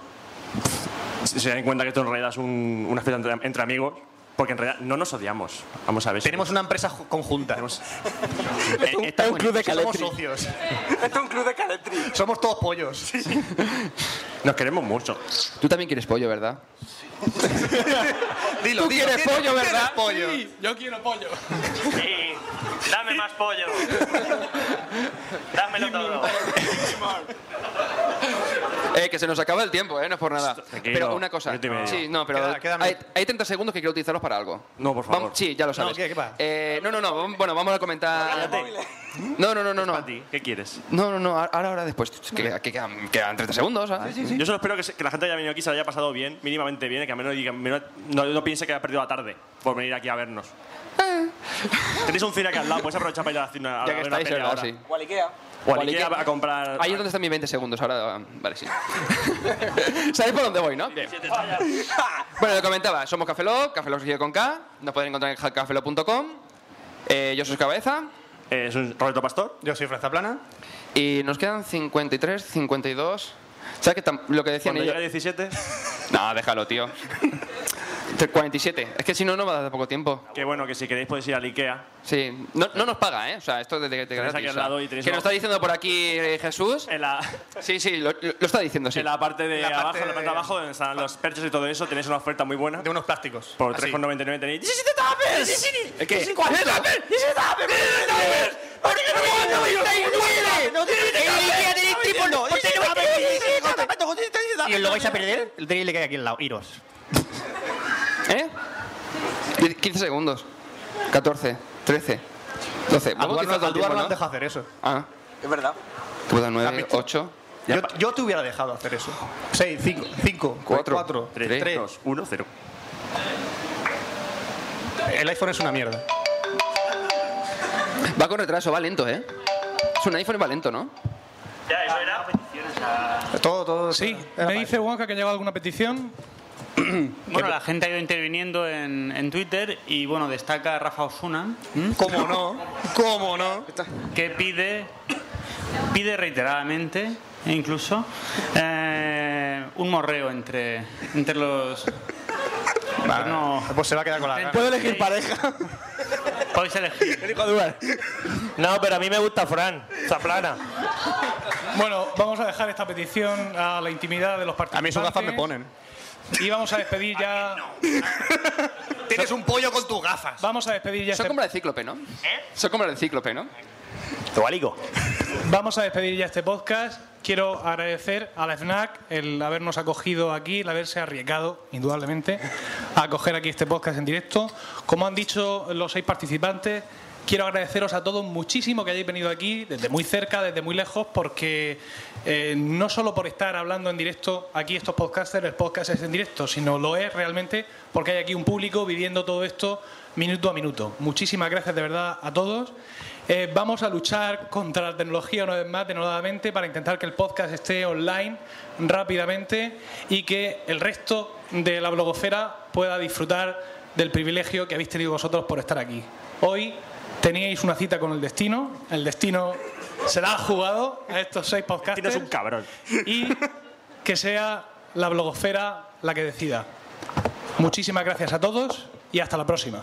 S3: pff, se dan cuenta que esto en realidad es un- una fiesta entre, entre amigos. Porque en realidad no nos odiamos. Vamos a ver. si-
S5: Tenemos una empresa ju- conjunta.
S3: Eh, está
S2: un club de
S5: Somos
S2: caletri.
S5: socios. Esto es un club de caletri. Somos todos pollos.
S3: Nos queremos mucho.
S4: Tú también quieres pollo, ¿verdad?
S5: Dilo,
S4: Tú
S5: dilo,
S4: quieres
S5: dilo,
S4: pollo,
S5: tú
S4: ¿verdad?
S5: quieres pollo.
S1: Sí, yo quiero pollo.
S7: Sí, dame más pollo. Dámelo todo.
S4: Eh, que se nos acaba el tiempo, ¿eh? No es por nada.
S3: Tranquilo,
S4: Pero una cosa.
S3: minuto y medio.
S4: Sí, no, pero
S5: Queda- queda
S4: hay,
S5: minuto.
S4: hay 30 segundos que quiero utilizarlos para algo.
S3: No, por favor.
S4: Vam- sí, ya lo sabes.
S5: ¿qué- qué pasa?
S4: Eh, no, no, no. vam- Bueno, vamos a comentar...
S3: Cállate.
S4: No, no, no, no. No,
S3: Para ti, ¿Qué quieres?
S4: no, no. no, Ahora, ahora, después. Que, que quedan, quedan 30 segundos. ¿ah?
S3: Yo solo espero que, se- que la gente haya venido aquí, se lo haya pasado bien, mínimamente bien, y que al menos diga- menos- no, no piense que ha perdido la tarde por venir aquí a vernos. Tenéis un cine aquí al lado, podéis aprovechar para ir a la cine a,
S4: Eh. Ya que
S3: ver una
S4: estáis,
S3: peli
S4: ¿verdad?
S3: ahora.
S4: Sí.
S6: O al Ikea.
S3: O al
S4: Vale,
S3: Ikea
S4: ¿qué?
S3: a comprar...
S4: Ahí es donde están mis 20 segundos. Ahora, vale, sí. ¿Sabéis por dónde voy, no? Bien. Bueno, lo comentaba. Somos Cafelog, Cafelog se escribe con K. Nos pueden encontrar en cafelog.com. Eh, yo soy Cabeza.
S3: Eh, es un Roberto Pastor.
S5: Yo soy Franza Plana.
S4: Y nos quedan 53, 52. ¿Sabes que tam- lo que decían
S3: Cuando
S4: ellos?
S3: llega 17,
S4: No, déjalo, tío. Te- 47. Es que si no, no va a dar poco tiempo.
S3: que bueno, que si queréis podéis ir al Ikea.
S4: Sí. No, no nos paga, ¿eh? O sea, esto desde que te
S3: Tenéis aquí al lado y tenéis
S4: Que
S3: una-
S4: nos está diciendo por aquí eh, Jesús.
S3: En la,
S4: Sí, sí, lo, lo está diciendo, sí.
S3: en la parte de
S5: La parte
S3: abajo, en la parte de
S5: de-
S3: abajo, donde están los perchos y todo eso, tenéis una oferta muy buena.
S5: De unos plásticos.
S3: Por
S5: Así.
S3: 3,99 tenéis... ¡17 tapes!
S4: ¿Qué?
S5: ¿Y lo vais a perder? El drill que hay aquí al lado. Iros.
S4: ¿Eh? Die- 15 segundos. 14, 13, 12.
S5: Al
S4: Vamos a
S5: Duarte
S4: utilizar todo
S5: al
S4: el tiempo,
S5: Duarte no
S4: ¿no?
S5: han dejado Eh, hacer eso.
S4: Ah,
S6: Es verdad.
S4: ¿qué puta? 9, 8,
S5: Yo, yo te hubiera dejado hacer eso. 6, 5, 5,
S4: 4,
S5: 4,
S3: 3,
S4: 3.
S3: 2, 1, 0.
S5: El iPhone es una mierda.
S4: Va con retraso, va lento, ¿eh? Es un iPhone y va lento, ¿no?
S7: Ya, eso era.
S5: Todo, todo.
S1: Sí, me dice Juanca que lleva alguna petición.
S17: Bueno, la gente ha ido interviniendo en, en Twitter y bueno, destaca Rafa Osuna.
S5: ¿Cómo no? ¿Cómo no?
S17: Que pide, pide reiteradamente, e incluso, eh, un morreo entre, entre los.
S5: Vale, Pues se va a quedar con la gana. ¿Puedo elegir
S17: pareja? Podéis elegir.
S7: No, pero a mí me gusta Fran, Zaplana.
S1: Bueno, vamos a dejar esta petición a la intimidad de los participantes.
S5: A mí esos gafas me ponen.
S1: Y vamos a despedir ya.
S5: Tienes un pollo con tus gafas. ¿Eh?
S1: Vamos a despedir ya.
S4: Son
S1: este-
S4: como la de Cíclope, ¿no? Son como la de Cíclope, ¿no?
S3: Tobalico.
S1: Vamos a despedir ya este podcast. Quiero agradecer a la FNAC el habernos acogido aquí, el haberse arriesgado, indudablemente, a acoger aquí este podcast en directo. Como han dicho los seis participantes, quiero agradeceros a todos muchísimo que hayáis venido aquí, desde muy cerca, desde muy lejos, porque eh, no solo por estar hablando en directo aquí estos podcasters, el podcast es en directo, sino lo es realmente porque hay aquí un público viviendo todo esto minuto a minuto. Muchísimas gracias de verdad a todos. Eh, vamos a luchar contra la tecnología una vez más, denodadamente, para intentar que el podcast esté online rápidamente y que el resto de la blogosfera pueda disfrutar del privilegio que habéis tenido vosotros por estar aquí. Hoy teníais una cita con el destino, el destino se la ha jugado a estos seis podcasters.
S7: Tienes un cabrón.
S1: Y que sea la blogosfera la que decida. Muchísimas gracias a todos y hasta la próxima.